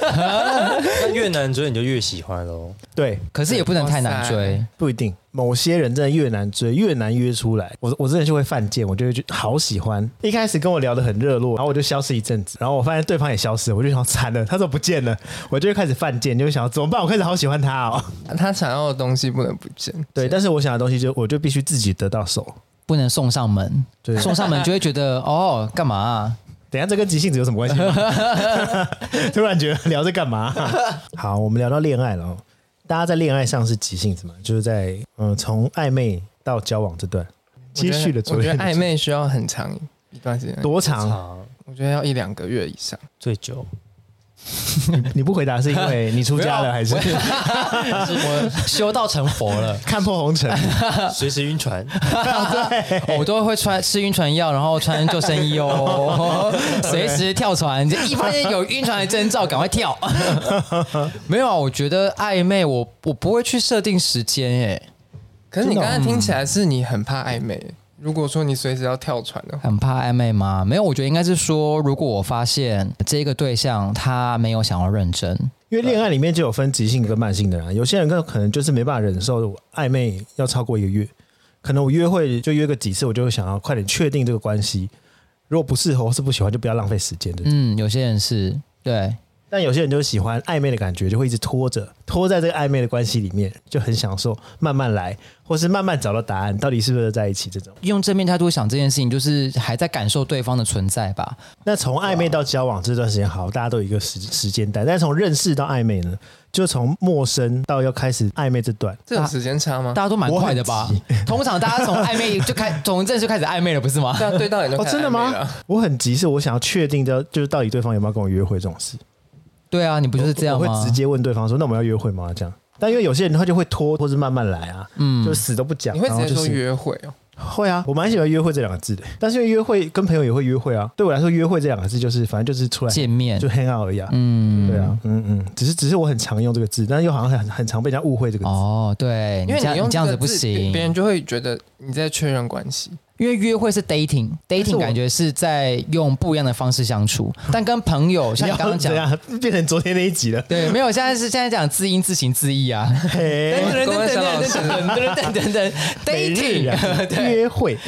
[SPEAKER 4] 那越难追你就越喜欢喽。
[SPEAKER 1] 对，
[SPEAKER 2] 可是也不能太
[SPEAKER 3] 哇
[SPEAKER 2] 难
[SPEAKER 3] 塞
[SPEAKER 2] 追。
[SPEAKER 1] 不一定，某些人真的越难追，越难约出来。我我真的就会犯贱，我就会觉得好喜欢。一开始跟我聊得很热络，然后我就消失一阵子，然后我发现对方也消失了，我就想惨了，他说不见了，我就会开始犯贱，就会想怎么办？我开始好喜欢他
[SPEAKER 3] [laughs]
[SPEAKER 1] 哦。
[SPEAKER 3] 他想要的东西不能不见，
[SPEAKER 1] 对，但是我想的东西就我就必须自己得到手。
[SPEAKER 2] 不能送上门，
[SPEAKER 1] 对
[SPEAKER 2] 送上门就会觉
[SPEAKER 1] [laughs]
[SPEAKER 2] 得哦，干嘛啊、
[SPEAKER 1] 等一下这跟急性子有什么关系
[SPEAKER 3] [laughs]
[SPEAKER 1] 吗？突然觉得聊这干嘛？好，我们聊到恋爱了哦。大家在恋爱上是急性子嘛？就是在嗯，从暧昧到交往这段，
[SPEAKER 3] 我觉
[SPEAKER 1] 接
[SPEAKER 3] 得
[SPEAKER 1] 续了昨
[SPEAKER 3] 我觉
[SPEAKER 1] 天
[SPEAKER 3] 得暧昧需要很长一段时间，
[SPEAKER 1] 多长？
[SPEAKER 4] 长
[SPEAKER 3] 我觉得要一两个月以上。
[SPEAKER 4] 最久，
[SPEAKER 1] 你不回答是因为你出
[SPEAKER 2] [laughs]
[SPEAKER 1] 家了，还是 [laughs]
[SPEAKER 2] 我修道成佛了，
[SPEAKER 1] 看破红尘？
[SPEAKER 4] 随时晕 [laughs] 船。
[SPEAKER 2] 哦我都会穿吃晕船药，然后穿救生衣哦，
[SPEAKER 1] [laughs]
[SPEAKER 2] 随时跳船，这一发现有晕船的征兆，赶快跳。 [laughs] 没有啊，我觉得暧昧我我不会去设定时间欸诶，
[SPEAKER 3] 可是你刚才听起来是你很怕暧昧。如果说你随时要跳船的话，
[SPEAKER 2] 很怕暧昧吗？没有，我觉得应该是说，如果我发现这个对象他没有想要认真，
[SPEAKER 1] [laughs] 因为恋爱里面就有分急性跟慢性的啦，有些人可能就是没办法忍受暧昧要超过一个月，可能我约会就约个几次，我就会想要快点确定这个关系。如果不适合或是不喜欢，就不要浪费时间的。
[SPEAKER 2] 嗯，有些人是对，
[SPEAKER 1] 但有些人就是喜欢暧昧的感觉，就会一直拖着，拖在这个暧昧的关系里面，就很享受，慢慢来，或是慢慢找到答案，到底是不是在一起这种。
[SPEAKER 2] 用正面态度想这件事情，就是还在感受对方的存在吧。
[SPEAKER 1] 那从暧昧到交往这段时间，好，大家都有一个时时间带，但是从认识到暧昧呢，就从陌生到要开始暧昧这段，
[SPEAKER 3] 这有时间差吗？
[SPEAKER 2] 大家都蛮
[SPEAKER 1] 我很
[SPEAKER 2] 快的吧？通常大家从暧昧就开，从一阵就开始暧昧了，不是吗？
[SPEAKER 3] 对啊，对到眼就
[SPEAKER 1] 哦，
[SPEAKER 3] 开始
[SPEAKER 1] 真的
[SPEAKER 3] 暧昧
[SPEAKER 1] 吗
[SPEAKER 3] 了？
[SPEAKER 1] 我很急，是我想要确定的，就是到底对方有没有跟我约会这种事。
[SPEAKER 2] 对啊，你不就是这样
[SPEAKER 1] 我
[SPEAKER 2] 吗？
[SPEAKER 1] 会直接问对方说：“那我们要约会吗？”这样。但因为有些人他就会拖，或是慢慢来啊，嗯，就死都不讲。
[SPEAKER 3] 你会直接
[SPEAKER 1] 然后
[SPEAKER 3] 说
[SPEAKER 1] 就是
[SPEAKER 3] 约会哦？
[SPEAKER 1] 会啊，我蛮喜欢“约会”这两个字的。但是因为约会跟朋友也会约会啊，对我来说，约会这两个
[SPEAKER 3] 嗯
[SPEAKER 1] 字就是反正就是出来
[SPEAKER 2] 见面
[SPEAKER 1] 就。hang out 而已啊。
[SPEAKER 2] 嗯，
[SPEAKER 1] 对啊，嗯嗯，只是只是我很常用这个字，但又好像很很常被人家误会这个字。
[SPEAKER 2] 哦，对，
[SPEAKER 3] 因为
[SPEAKER 2] 这样
[SPEAKER 3] 用
[SPEAKER 2] 你这样
[SPEAKER 3] 个
[SPEAKER 2] 子不
[SPEAKER 3] 字
[SPEAKER 2] 行，
[SPEAKER 3] 别人就会觉得你在确认关系。
[SPEAKER 2] 因为约会是 dating，dating
[SPEAKER 1] 是我
[SPEAKER 2] 感觉是在用不一样的方式相处，但跟朋友像你刚刚讲
[SPEAKER 1] 你，要怎样变成昨天那一集
[SPEAKER 2] [laughs]
[SPEAKER 1] 了。
[SPEAKER 2] 对，没有，现在是现在讲字音字形字义
[SPEAKER 1] [laughs]
[SPEAKER 2] 啊， [laughs] 等
[SPEAKER 1] 嘿，
[SPEAKER 2] 等等
[SPEAKER 3] 各位小老
[SPEAKER 2] 等
[SPEAKER 3] 师
[SPEAKER 2] 等等等等
[SPEAKER 1] [laughs]
[SPEAKER 2] 等
[SPEAKER 1] 每日啊
[SPEAKER 2] dating，对 [laughs]
[SPEAKER 1] 约会，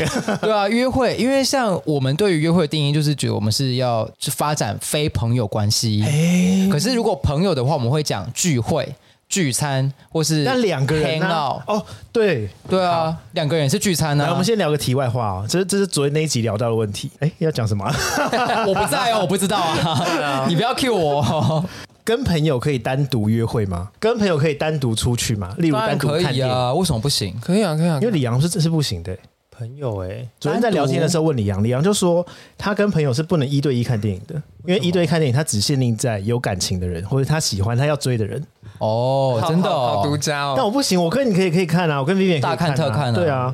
[SPEAKER 2] 对啊，约会，因为像我们对于约会的定义就是觉得我们是要发展非朋友关系，
[SPEAKER 1] 哎
[SPEAKER 2] 可是如果朋友的话，我们会讲聚会。聚餐或是
[SPEAKER 1] 那两个人
[SPEAKER 2] hang
[SPEAKER 1] 呢
[SPEAKER 2] out，？
[SPEAKER 1] 哦，对，
[SPEAKER 2] 对啊，两个人是聚餐呢、
[SPEAKER 1] 来，我们先聊个题外话哦，这是这是昨天那一集聊到的问题。哎，要讲什么啊？
[SPEAKER 2] [laughs]
[SPEAKER 1] [laughs]
[SPEAKER 2] 我不在哦，我不知道啊，你不要 cue 我、哦。
[SPEAKER 1] 跟朋友可以单独约会吗？跟朋友可以单独出去吗？例如
[SPEAKER 2] 当
[SPEAKER 1] 单
[SPEAKER 2] 然
[SPEAKER 1] 独
[SPEAKER 2] 可
[SPEAKER 1] 看
[SPEAKER 2] 以
[SPEAKER 1] 电影？
[SPEAKER 2] 啊，为什么不行？
[SPEAKER 3] 可以啊，可以啊，
[SPEAKER 1] 因为李阳是这是不行的。
[SPEAKER 4] 朋友哎、
[SPEAKER 1] 昨天在聊天的时候问李阳，李阳就说他跟朋友是不能一对一看电影的，因为一对一看电影他只限定在有感情的人或者他喜欢他要追的人。
[SPEAKER 2] 哦，
[SPEAKER 3] 好
[SPEAKER 2] 真的、
[SPEAKER 3] 好好独
[SPEAKER 2] 哦，
[SPEAKER 3] 家
[SPEAKER 1] 但
[SPEAKER 3] 哦。
[SPEAKER 1] 我不行，我跟你可以可以看啊，我跟 Vivian
[SPEAKER 2] 大看
[SPEAKER 1] 看
[SPEAKER 2] 特看啊
[SPEAKER 1] 对啊。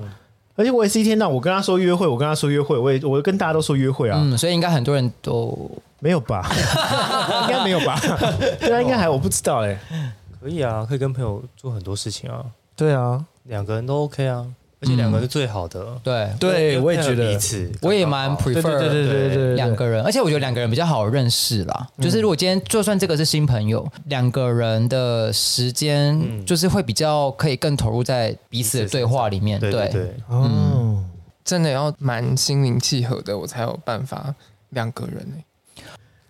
[SPEAKER 1] 而且我也是一天到晚，我跟他说约会，我跟他说约会，我也我跟大家都说约会啊，
[SPEAKER 2] 嗯，所以应该很多人都
[SPEAKER 1] 没有吧？ [laughs] 应该没有
[SPEAKER 2] [laughs]
[SPEAKER 1] 吧？对啊，应该还我不知道哎、
[SPEAKER 4] 可以啊，可以跟朋友做很多事情啊，
[SPEAKER 1] 对啊，
[SPEAKER 4] 两个人都 OK 啊，而且两个人是最好的。
[SPEAKER 2] 对，
[SPEAKER 1] 对，我也觉
[SPEAKER 4] 嗯彼
[SPEAKER 1] 得，
[SPEAKER 4] 此，
[SPEAKER 2] 我也蛮
[SPEAKER 4] 刚
[SPEAKER 2] prefer
[SPEAKER 1] 啊对对对对对对对，嗯
[SPEAKER 2] 两个人，而且我觉得两个人比较好认识啦。就是如果今天就算这个是新朋友，两个人的时间
[SPEAKER 4] 嗯
[SPEAKER 2] 就是会比较可以更投入在彼此的对话里面。
[SPEAKER 4] 好对对
[SPEAKER 2] 对，
[SPEAKER 4] 对，
[SPEAKER 1] 哦。
[SPEAKER 3] 真的要蛮心灵契合的，我才有办法两个人欸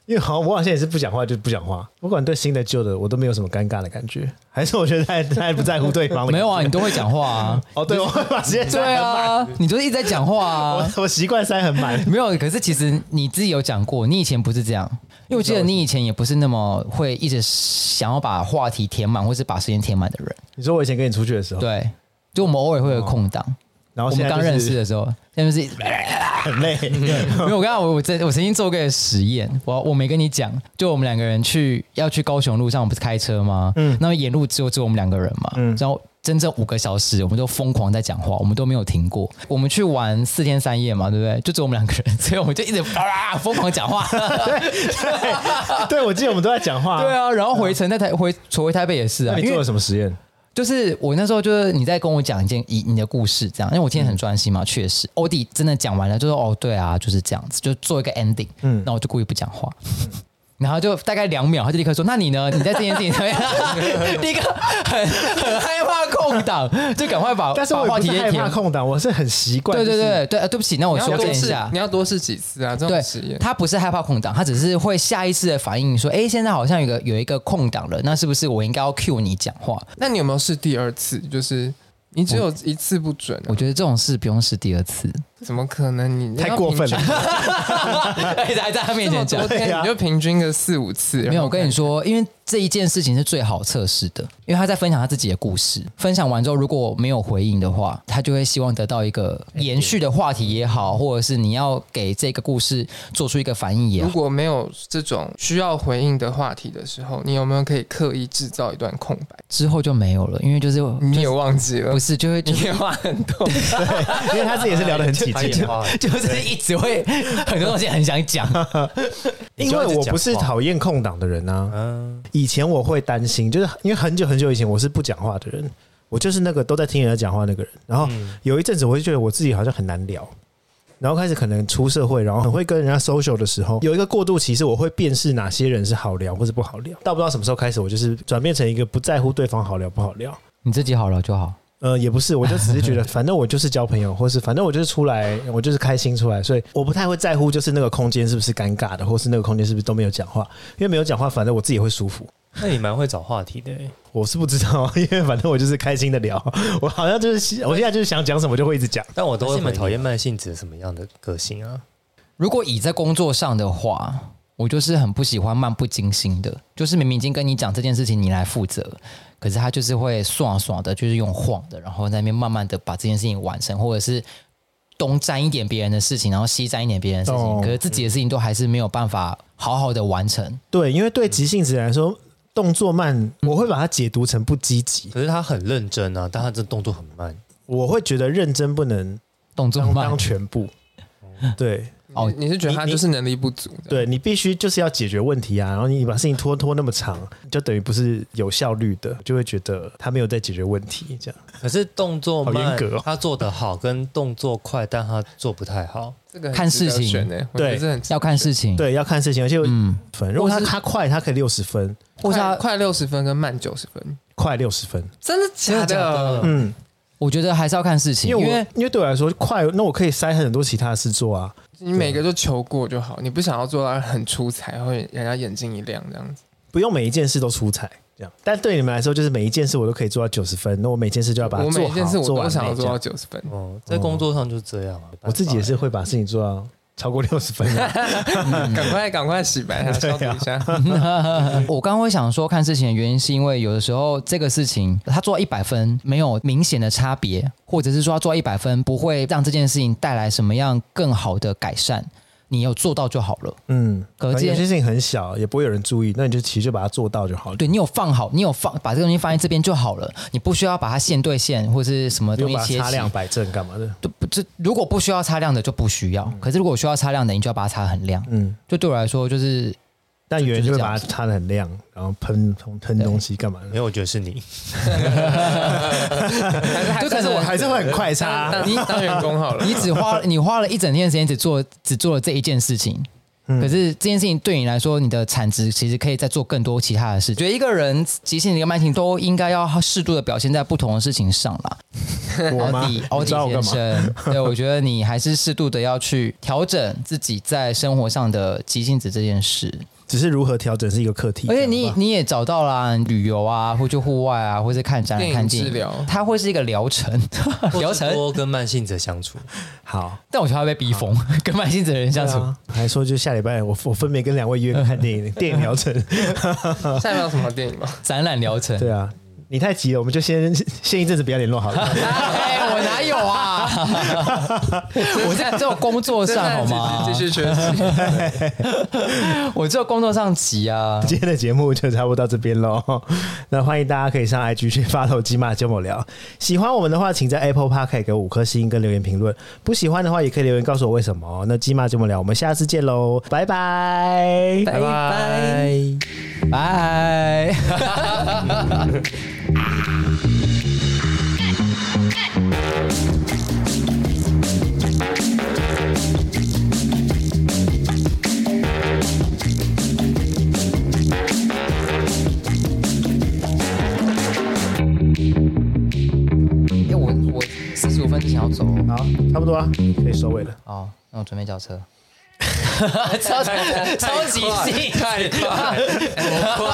[SPEAKER 1] 因为好像我好像也是不讲话就不讲话，不管对新的旧的，我都没有什么尴尬的感觉，还是我觉得太太不在乎对方了。
[SPEAKER 2] 没有啊，你都会讲话啊。
[SPEAKER 1] 哦， [laughs] 对，我会把时间塞
[SPEAKER 2] 对
[SPEAKER 1] 很满，
[SPEAKER 2] 啊，你就是一直在讲话啊。
[SPEAKER 1] 我我习惯塞很满。
[SPEAKER 2] 没有，可是其实你自己有讲过，你以前不是这样，因为我记得你以前也不是那么会一直想要把话题填满，或是把时间填满的人。
[SPEAKER 1] 你说我以前跟你出去的时候，
[SPEAKER 2] 对，就我们偶尔会有空档。
[SPEAKER 1] 然后
[SPEAKER 2] 我
[SPEAKER 1] 哦现
[SPEAKER 2] 们
[SPEAKER 1] 在
[SPEAKER 2] 刚
[SPEAKER 1] 就是
[SPEAKER 2] 认识的时候，现在就是一直
[SPEAKER 1] [laughs] 很累， [laughs]
[SPEAKER 2] 没有。我刚刚我我曾我曾经做过一个实验，我我没跟你讲，就我们两个人去要去高雄路上，我不是开车吗？嗯，那么沿路只有只有我们两个人嘛，嗯，然后。真正五个小时，我们都疯狂在讲话，我们都没有停过。我们去玩四天三夜嘛，对不对？就只有我们两个人，所以我们就一直啊疯狂讲
[SPEAKER 1] [laughs]
[SPEAKER 2] 话。
[SPEAKER 1] 对我记得我们都在讲话。
[SPEAKER 2] [laughs] 对，啊，然后回程在台回回台北也是
[SPEAKER 1] 那
[SPEAKER 2] 啊，
[SPEAKER 1] 你
[SPEAKER 2] 因
[SPEAKER 1] 做
[SPEAKER 2] 为
[SPEAKER 1] 了什么实验？
[SPEAKER 2] 就是我那时候就是你在跟我讲一件你你的故事这样，因为我今天很专
[SPEAKER 1] 嗯
[SPEAKER 2] 心嘛，确实，欧弟真的讲完了，就说哦对啊，就是这样子，就做一个 ending，嗯，那我就故意不讲话。然后就大概两秒，他就立刻说：“那你呢？你在这件事情上面，
[SPEAKER 1] [laughs]
[SPEAKER 2] 立刻很很害怕空档，就赶快把
[SPEAKER 1] 但是
[SPEAKER 2] 把
[SPEAKER 1] 我
[SPEAKER 2] 话
[SPEAKER 1] 也不
[SPEAKER 2] 题
[SPEAKER 1] 是
[SPEAKER 2] 也
[SPEAKER 1] 害
[SPEAKER 2] 填
[SPEAKER 1] 怕。空档，我是很习惯。
[SPEAKER 2] 对对
[SPEAKER 1] 就是，
[SPEAKER 2] 对对、呃对不起，那我
[SPEAKER 3] 你要
[SPEAKER 2] 修正
[SPEAKER 3] 多
[SPEAKER 2] 一
[SPEAKER 3] 试
[SPEAKER 2] 下，
[SPEAKER 3] 你要多试几次啊，这种实验
[SPEAKER 2] 对，。他不是害怕空档，他只是会下意识的反应说：“哎、现在好像有个有一个空档了，那是不是我应该要 cue 你讲话
[SPEAKER 3] 那你有没有试第二次？就是你只有一次不准、？”啊
[SPEAKER 2] 我，觉得这种事不用试第二次，
[SPEAKER 3] 怎么可能你？你
[SPEAKER 1] 太
[SPEAKER 3] 要
[SPEAKER 1] 过分
[SPEAKER 3] 平均
[SPEAKER 1] 了。
[SPEAKER 2] [laughs] 还在他面前
[SPEAKER 3] 这
[SPEAKER 2] 讲
[SPEAKER 3] 么。多
[SPEAKER 1] 对
[SPEAKER 3] 天
[SPEAKER 1] 啊
[SPEAKER 3] 你就平均个四五次。
[SPEAKER 2] 没有，我跟你
[SPEAKER 3] 说，
[SPEAKER 2] 说，因为这一件事情是最好测试的，因为他在分享他自己的故事。分享完之后，如果没有回应的话，他就会希望得到一个延续的话题也好，或者是你要给这个故事做出一个反应也
[SPEAKER 3] 如
[SPEAKER 2] 好。
[SPEAKER 3] 果没有这种需要回应的话题的时候，你有没有可以刻意制造一段空白？
[SPEAKER 2] 之后就没有了，因为就是
[SPEAKER 3] 你也忘记了
[SPEAKER 2] 不，是就会就
[SPEAKER 3] 你
[SPEAKER 2] 是
[SPEAKER 3] 也忘很多。
[SPEAKER 1] 因为他自己也是聊得很起
[SPEAKER 4] [laughs] 他
[SPEAKER 1] 劲。
[SPEAKER 4] 也花
[SPEAKER 2] [laughs] 就是一直会 [laughs] 很多东西很想
[SPEAKER 3] [laughs]
[SPEAKER 2] 讲，
[SPEAKER 1] 因为我不是讨厌空档的人啊，
[SPEAKER 4] 嗯，
[SPEAKER 1] 以前我会担心，就是因为很久很久以前我是不讲话的人，我就是那个都在听人家讲话那个人。然后
[SPEAKER 4] 嗯
[SPEAKER 1] 有一阵子，我就觉得我自己好像很难聊。然后开始可能出社会，然后很会跟人家 social 的时候，有一个过渡期是我会辨识哪些人是好聊或是不好聊。到不知道什么时候开始，我就是转变成一个不在乎对方好聊不好聊。
[SPEAKER 2] 你自己好了就好。
[SPEAKER 1] 呃，也不是，我就只是觉得，反正我就是交朋友，或是反正我就是出来，我就是开心出来，所以我不太会在乎，就是那个空间是不是尴尬的，或是那个空间是不是都没有讲话，因为没有讲话，反正我自己会舒服。
[SPEAKER 4] 那你蛮会找话题的欸，
[SPEAKER 1] 我是不知道，因为反正我就是开心的聊，我好像就是我现在就是想讲什么就会一直讲。
[SPEAKER 4] 但我都会
[SPEAKER 1] 还是蛮
[SPEAKER 4] 很讨厌慢性子什么样的个性啊？
[SPEAKER 2] 如果以在工作上的话，我就是很不喜欢漫不经心的，就是明明已经跟你讲这件事情，你来负责，可是他就是会爽爽的，就是用晃的，然后在那边慢慢的把这件事情完成，或者是。东沾一点别人的事情，然后西沾一点别人的事情，
[SPEAKER 1] 懂
[SPEAKER 2] 可是自己的事情都还是没有办法好好的完成。
[SPEAKER 1] 对，因为对急性子来说，动作慢，我会把它解读成不积极，
[SPEAKER 4] 可是他很认真啊，但他这动作很慢。
[SPEAKER 1] 我会觉得认真不能
[SPEAKER 2] 动作
[SPEAKER 1] 哦当
[SPEAKER 2] 慢
[SPEAKER 1] 当，全部。对，
[SPEAKER 2] 哦
[SPEAKER 3] 你你是觉得他
[SPEAKER 1] 你
[SPEAKER 3] 就是能力不足的？
[SPEAKER 1] 对你必须就是要解决问题啊，然后你把事情拖拖那么长，就等于不是有效率的，就会觉得他没有在解决问题，这样
[SPEAKER 4] 可是动作
[SPEAKER 1] 好严
[SPEAKER 4] 慢，
[SPEAKER 1] 格哦
[SPEAKER 4] 他做得好，跟动作快，但他做不太好。
[SPEAKER 3] 这个很
[SPEAKER 2] 看
[SPEAKER 3] 值得
[SPEAKER 2] 事情
[SPEAKER 3] 选欸我觉
[SPEAKER 1] 对
[SPEAKER 3] 得这很值得
[SPEAKER 2] 要看
[SPEAKER 3] 选
[SPEAKER 2] 事情。，
[SPEAKER 1] 对，要看事情，而且嗯，如果他
[SPEAKER 3] 或是
[SPEAKER 1] 他快，他可以六十分，
[SPEAKER 2] 或是
[SPEAKER 3] 快
[SPEAKER 2] 他
[SPEAKER 3] 快六十分跟慢九十分，
[SPEAKER 1] 快六十分，
[SPEAKER 3] 真的假
[SPEAKER 4] 真的假
[SPEAKER 3] 的
[SPEAKER 4] 的？
[SPEAKER 1] 嗯，
[SPEAKER 2] 我觉得还是要看事情，
[SPEAKER 1] 因为
[SPEAKER 2] 因
[SPEAKER 1] 我
[SPEAKER 2] 为
[SPEAKER 1] 因为对我来说快，那我可以塞很多其他的事做啊，
[SPEAKER 3] 你每个都求过就好，你不想要做到很出彩，会人家眼睛一亮这样子。
[SPEAKER 1] 不用每一件事都出彩。这样，但对你们来说，就是每一件事我都可以做到九十分，那我每件事就要把它
[SPEAKER 3] 我
[SPEAKER 1] 做
[SPEAKER 3] 每
[SPEAKER 1] 好，
[SPEAKER 3] 一件事我
[SPEAKER 1] 做
[SPEAKER 3] 都
[SPEAKER 1] 完
[SPEAKER 3] 想要
[SPEAKER 1] 美
[SPEAKER 3] 做
[SPEAKER 1] 这
[SPEAKER 3] 到
[SPEAKER 1] 样
[SPEAKER 3] 九十分，
[SPEAKER 4] 哦，在工作上就是这样啊。
[SPEAKER 1] 哦我自己也是会把事情做到超过六十分啊的，
[SPEAKER 3] [laughs]
[SPEAKER 2] [laughs]
[SPEAKER 3] 赶快赶快洗白它，
[SPEAKER 1] 对
[SPEAKER 3] 消
[SPEAKER 1] 啊
[SPEAKER 3] 毒一下。
[SPEAKER 2] 我刚刚会想说看事情的原因，是因为有的时候这个事情他做到一百分没有明显的差别，或者是说他做到一百分不会让这件事情带来什么样更好的改善，你有做到就好了。
[SPEAKER 1] 嗯，
[SPEAKER 2] 可
[SPEAKER 1] 可能有
[SPEAKER 2] 见
[SPEAKER 1] 些事情很小，也不会有人注意，那你就其实就把它做到就好了。
[SPEAKER 2] 对你有放好，你有放把这个东西放在这边就好了，你不需要把它线对线或是什么
[SPEAKER 1] 又
[SPEAKER 2] 东西
[SPEAKER 1] 把
[SPEAKER 2] 切
[SPEAKER 1] 擦
[SPEAKER 2] 齐
[SPEAKER 1] 亮。摆正干嘛的？
[SPEAKER 2] 就不这如果不需要擦亮的就不需要，可是如果需要擦亮的，你就要把它擦很亮。
[SPEAKER 1] 嗯，
[SPEAKER 2] 就对我来说，就是
[SPEAKER 1] 但有人
[SPEAKER 2] 就
[SPEAKER 1] 就会
[SPEAKER 2] 是这
[SPEAKER 1] 把
[SPEAKER 2] 样
[SPEAKER 1] 它擦的很亮，然后喷喷喷东西干嘛
[SPEAKER 4] [laughs] 没
[SPEAKER 2] [laughs]
[SPEAKER 1] 的？
[SPEAKER 4] 有，我觉得
[SPEAKER 1] [laughs]
[SPEAKER 4] 是你。
[SPEAKER 3] 就
[SPEAKER 2] 啊就可
[SPEAKER 1] 但是我
[SPEAKER 2] 能
[SPEAKER 1] 还是会很快擦。啊
[SPEAKER 3] 当当员工
[SPEAKER 1] [laughs]
[SPEAKER 2] [laughs]
[SPEAKER 3] 好了，
[SPEAKER 2] 你只花你花了一整天的时间，只做只做了这一件事情。
[SPEAKER 1] 嗯
[SPEAKER 2] 可是这件事情对你来说，你的产值其实可以再做更多其他的事。觉得一个人急性子跟慢性都应该要适度的表现在不同的事情上啦。
[SPEAKER 1] [laughs] 我
[SPEAKER 2] 奥
[SPEAKER 1] 吗？
[SPEAKER 2] 迪奥
[SPEAKER 1] 哦你知道我
[SPEAKER 2] 迪先
[SPEAKER 1] 干嘛？ [laughs]
[SPEAKER 2] 生，对我觉得你还是适度的要去调整自己在生活上的急性子这件事。
[SPEAKER 1] 只是如何调整是一个课题。
[SPEAKER 2] 而且
[SPEAKER 1] 这
[SPEAKER 2] 你
[SPEAKER 1] 样吧
[SPEAKER 2] 你也找到啦，旅游啊，或去户外啊，或是看展
[SPEAKER 3] 电
[SPEAKER 2] 览、
[SPEAKER 3] 影
[SPEAKER 2] 看
[SPEAKER 3] 治
[SPEAKER 2] 电影，
[SPEAKER 3] 疗，
[SPEAKER 2] 它会是一个疗程， [laughs] 疗
[SPEAKER 4] 或是
[SPEAKER 2] 程。
[SPEAKER 4] 多跟慢性子相处，
[SPEAKER 1] 好，
[SPEAKER 2] 但我觉得他会被逼疯， [laughs] 跟慢性子的人相
[SPEAKER 1] 对
[SPEAKER 2] 处。
[SPEAKER 1] 啊还说就下礼拜我我分别跟两位约看
[SPEAKER 2] [laughs]
[SPEAKER 1] 电影，电影疗程。
[SPEAKER 3] 下一秒有什么电影吗？
[SPEAKER 2] 展览疗程。
[SPEAKER 1] 对啊，你太急了，我们就先先一阵子不要联络好了。
[SPEAKER 2] 哎，我哪有
[SPEAKER 3] [laughs]
[SPEAKER 2] 啊？我在只有工作上好吗？
[SPEAKER 3] 继续学习。
[SPEAKER 2] 我只有工作上急啊。
[SPEAKER 1] 今天的节目就差不多到这边喽。 [laughs] 那欢迎大家可以上 IG 去 follow 鸡妈周某聊。喜欢我们的话，请在 Apple Park 给我五颗星跟留言评论。不喜欢的话，也可以留言告诉我为什么哦。那鸡妈周某聊，我们下次见喽，拜拜，
[SPEAKER 2] 拜哎拜。拜。哎，我我四十五分之前要走哦。
[SPEAKER 1] 好，差不多啊，可以收尾了。
[SPEAKER 2] 好，哦那我准备叫
[SPEAKER 3] [laughs]
[SPEAKER 2] 车。超超级兴
[SPEAKER 3] 太
[SPEAKER 2] [laughs]
[SPEAKER 3] 快，啊好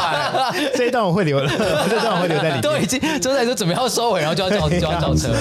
[SPEAKER 3] 快！
[SPEAKER 1] 这一段我会留了， [laughs] 这段我会留在里面。
[SPEAKER 2] 都已经周在都准备要收尾，然后就要叫就要叫车。